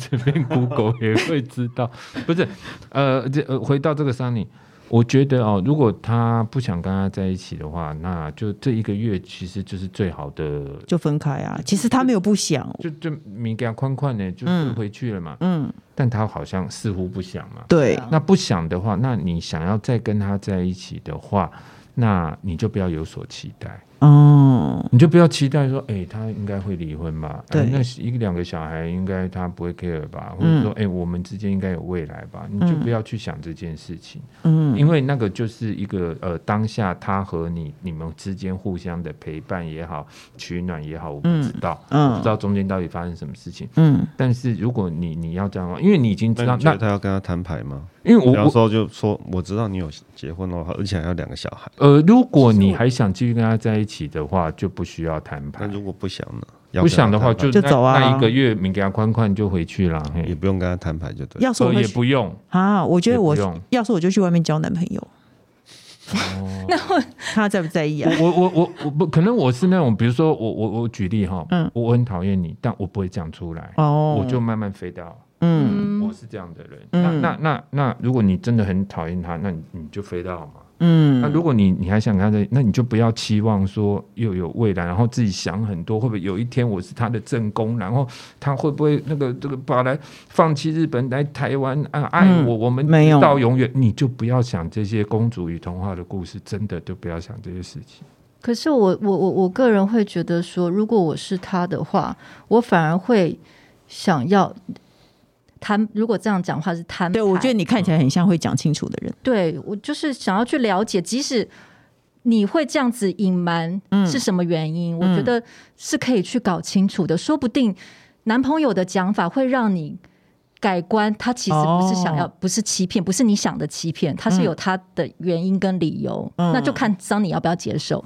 Speaker 2: 随便 Google 也会知道。不是，呃，这呃回到这个 Sunny，我觉得哦，如果他不想跟他在一起的话，那就这一个月其实就是最好的，
Speaker 1: 就分开啊？其实他没有不想，
Speaker 2: 就就米给他宽宽的，就是回去了嘛。
Speaker 1: 嗯，
Speaker 2: 但他好像似乎不想嘛。
Speaker 1: 对，啊
Speaker 2: 那不想的话，那你想要再跟他在一起的话，那你就不要有所期待。
Speaker 1: 哦，
Speaker 2: 你就不要期待说，哎、他应该会离婚吧？
Speaker 1: 对嗯
Speaker 2: 哎那一两个小孩应该他不会 care 吧？或者说，哎、我们之间应该有未来吧？你就不要去想这件事情，
Speaker 1: 嗯
Speaker 2: 因为那个就是一个呃，当下他和你你们之间互相的陪伴也好，取暖也好，我不知道，我不知
Speaker 1: 嗯
Speaker 2: 道中间到底发生什么事情。
Speaker 1: 嗯，
Speaker 2: 但是如果你你要这样的话，因为你已经知
Speaker 4: 那
Speaker 2: 道，
Speaker 4: 你觉
Speaker 2: 那
Speaker 4: 得她要跟他摊牌吗？
Speaker 2: 因为我
Speaker 4: 比方
Speaker 2: 我
Speaker 4: 说，就说我知道你有结婚了，而且还有两个小孩。
Speaker 2: 呃，如果你还想继续跟他在一起的话，就不需要谈
Speaker 4: 那
Speaker 2: 判。
Speaker 4: 如果不想呢？要
Speaker 2: 不
Speaker 4: 跟他
Speaker 2: 想的话
Speaker 4: 摊牌
Speaker 2: 就
Speaker 1: 就
Speaker 2: 那
Speaker 1: 走啊
Speaker 2: 那一个月你给他宽宽就回去啦。
Speaker 4: 也
Speaker 2: 嘿，
Speaker 4: 不用跟他摊牌就对了。
Speaker 1: 嗯要是我
Speaker 2: 呃
Speaker 1: 会
Speaker 2: 也不用，
Speaker 1: 啊，我觉
Speaker 2: 也
Speaker 1: 得
Speaker 2: 不
Speaker 1: 我
Speaker 2: 用
Speaker 1: 要是我就去外面交男朋友，
Speaker 4: 哦
Speaker 1: 那我他在不在意啊？
Speaker 2: 我我我我不可能，我是那种，比如说我我我举例哈，
Speaker 1: 嗯
Speaker 2: 我很讨厌你，但我不会讲出来，
Speaker 1: 哦，
Speaker 2: 我就慢慢飞到，
Speaker 1: 嗯
Speaker 3: 嗯
Speaker 2: 我是这样的人。
Speaker 1: 嗯
Speaker 2: 那那那那，如果你真的很讨厌他，那你你就飞到嘛。
Speaker 1: 嗯，
Speaker 2: 那如果你你还想跟他在，那你就不要期望说又有未来，然后自己想很多，会不会有一天我是他的正宫，然后他会不会那个这个把来放弃日本来台湾啊爱
Speaker 1: 嗯
Speaker 2: 我，我们
Speaker 1: 没有
Speaker 2: 直到永远，你就不要想这些公主与童话的故事，真的就不要想这些事情。
Speaker 3: 可是我我我我个人会觉得说，如果我是他的话，我反而会想要摊。如果这样讲话是摊牌，
Speaker 1: 对我觉得你看起来很像会讲清楚的人，
Speaker 3: 对我就是想要去了解，即使你会这样子隐瞒
Speaker 1: 嗯
Speaker 3: 是什么原因，
Speaker 1: 嗯
Speaker 3: 我觉得是可以去搞清楚的。说不定男朋友的讲法会让你改观，他其实不是想要，
Speaker 1: 哦
Speaker 3: 不是欺骗，不是你想的欺骗，他是有他的原因跟理由。
Speaker 1: 嗯
Speaker 3: 那就看桑尼要不要接受。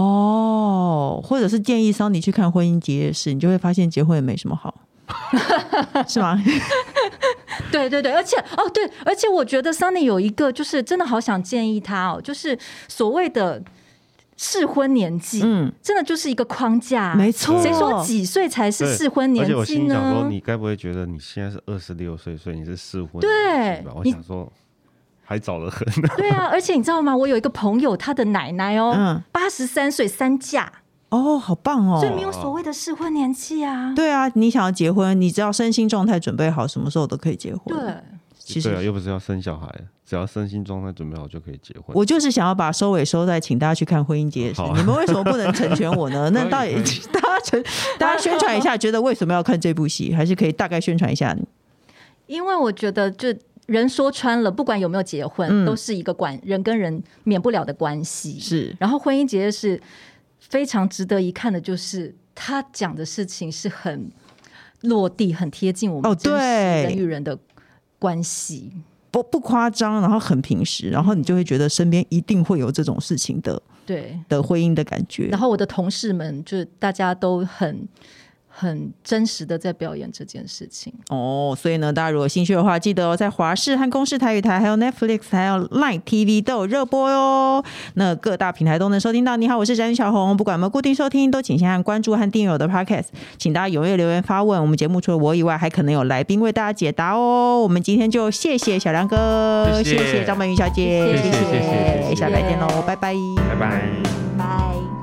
Speaker 1: 哦，或者是建议桑尼去看婚姻结业式，你就会发现结婚也没什么 好，是 吗？
Speaker 3: 对对对，而且哦对，而且我觉得 Sunny 有一个就是真的好想建议他哦，就是所谓的适婚年纪，
Speaker 1: 嗯，
Speaker 3: 真的就是一个框架啊、
Speaker 1: 没错，
Speaker 3: 谁说几岁才是
Speaker 4: 对
Speaker 3: 适婚
Speaker 4: 而
Speaker 3: 年
Speaker 4: 且我
Speaker 3: 纪
Speaker 4: 心里想说，
Speaker 3: 呢？
Speaker 4: 你该不会觉得你现在是二十六岁，所以你是适婚
Speaker 3: 对
Speaker 4: 年纪吧？我
Speaker 3: 你
Speaker 4: 想说，还早得很。
Speaker 3: 对啊，而且你知道吗？我有一个朋友，他的奶奶哦
Speaker 1: 嗯，
Speaker 3: 八十三岁三嫁，
Speaker 1: 哦，好棒
Speaker 3: 所以
Speaker 1: 哦！
Speaker 3: 没有所谓的适婚年纪啊。
Speaker 1: 对啊，你想要结婚，你只要身心状态准备好，什么时候都可以结婚。
Speaker 3: 对，
Speaker 1: 其
Speaker 4: 对啊，
Speaker 1: 实
Speaker 4: 又不是要生小孩，只要身心状态准备好就可以结婚。
Speaker 1: 我就是想要把收尾收在，请大家去看婚姻结业式
Speaker 4: 好。啊
Speaker 1: 你们为什么不能成全我 呢？那到底
Speaker 2: 可以
Speaker 1: 大
Speaker 2: 可
Speaker 1: 家成大家宣传一下，觉得为什么要看这部戏？还是可以大概宣传一下。
Speaker 3: 因为我觉得就。人说穿了，不管有没有结婚，
Speaker 1: 嗯
Speaker 3: 都是一个关人跟人免不了的关系。
Speaker 1: 是
Speaker 3: 然后婚姻结业是非常值得一看的，就是他讲的事情是很落地、很贴近我
Speaker 1: 哦
Speaker 3: 们真实
Speaker 1: 对
Speaker 3: 人与人的关系。
Speaker 1: 不不夸张，然后很平实，然后你就会觉得身边一定会有这种事情的
Speaker 3: 对，
Speaker 1: 的婚姻的感觉
Speaker 3: 然。后我的同事们就是大家都很很真实的在表演这件事情。
Speaker 1: 哦，所以呢，大家如果有兴趣的话，记得、哦、在华视和公视台语台，还有 Netflix，还有 Line TV 都有热播哟。那各大平台都能收听到。你好，我是詹小红。不管有没有固定收听，都请先按关注和订阅我的 Podcast。请大家踊跃留言发问。我们节目除了我以外，还可能有来宾为大家解答哦。我们今天就谢谢小梁哥，
Speaker 2: 谢谢
Speaker 1: 谢谢张曼玉小姐，
Speaker 3: 谢
Speaker 2: 谢谢谢谢谢谢
Speaker 1: 下次再见喽，拜拜
Speaker 2: 拜拜。
Speaker 3: 拜。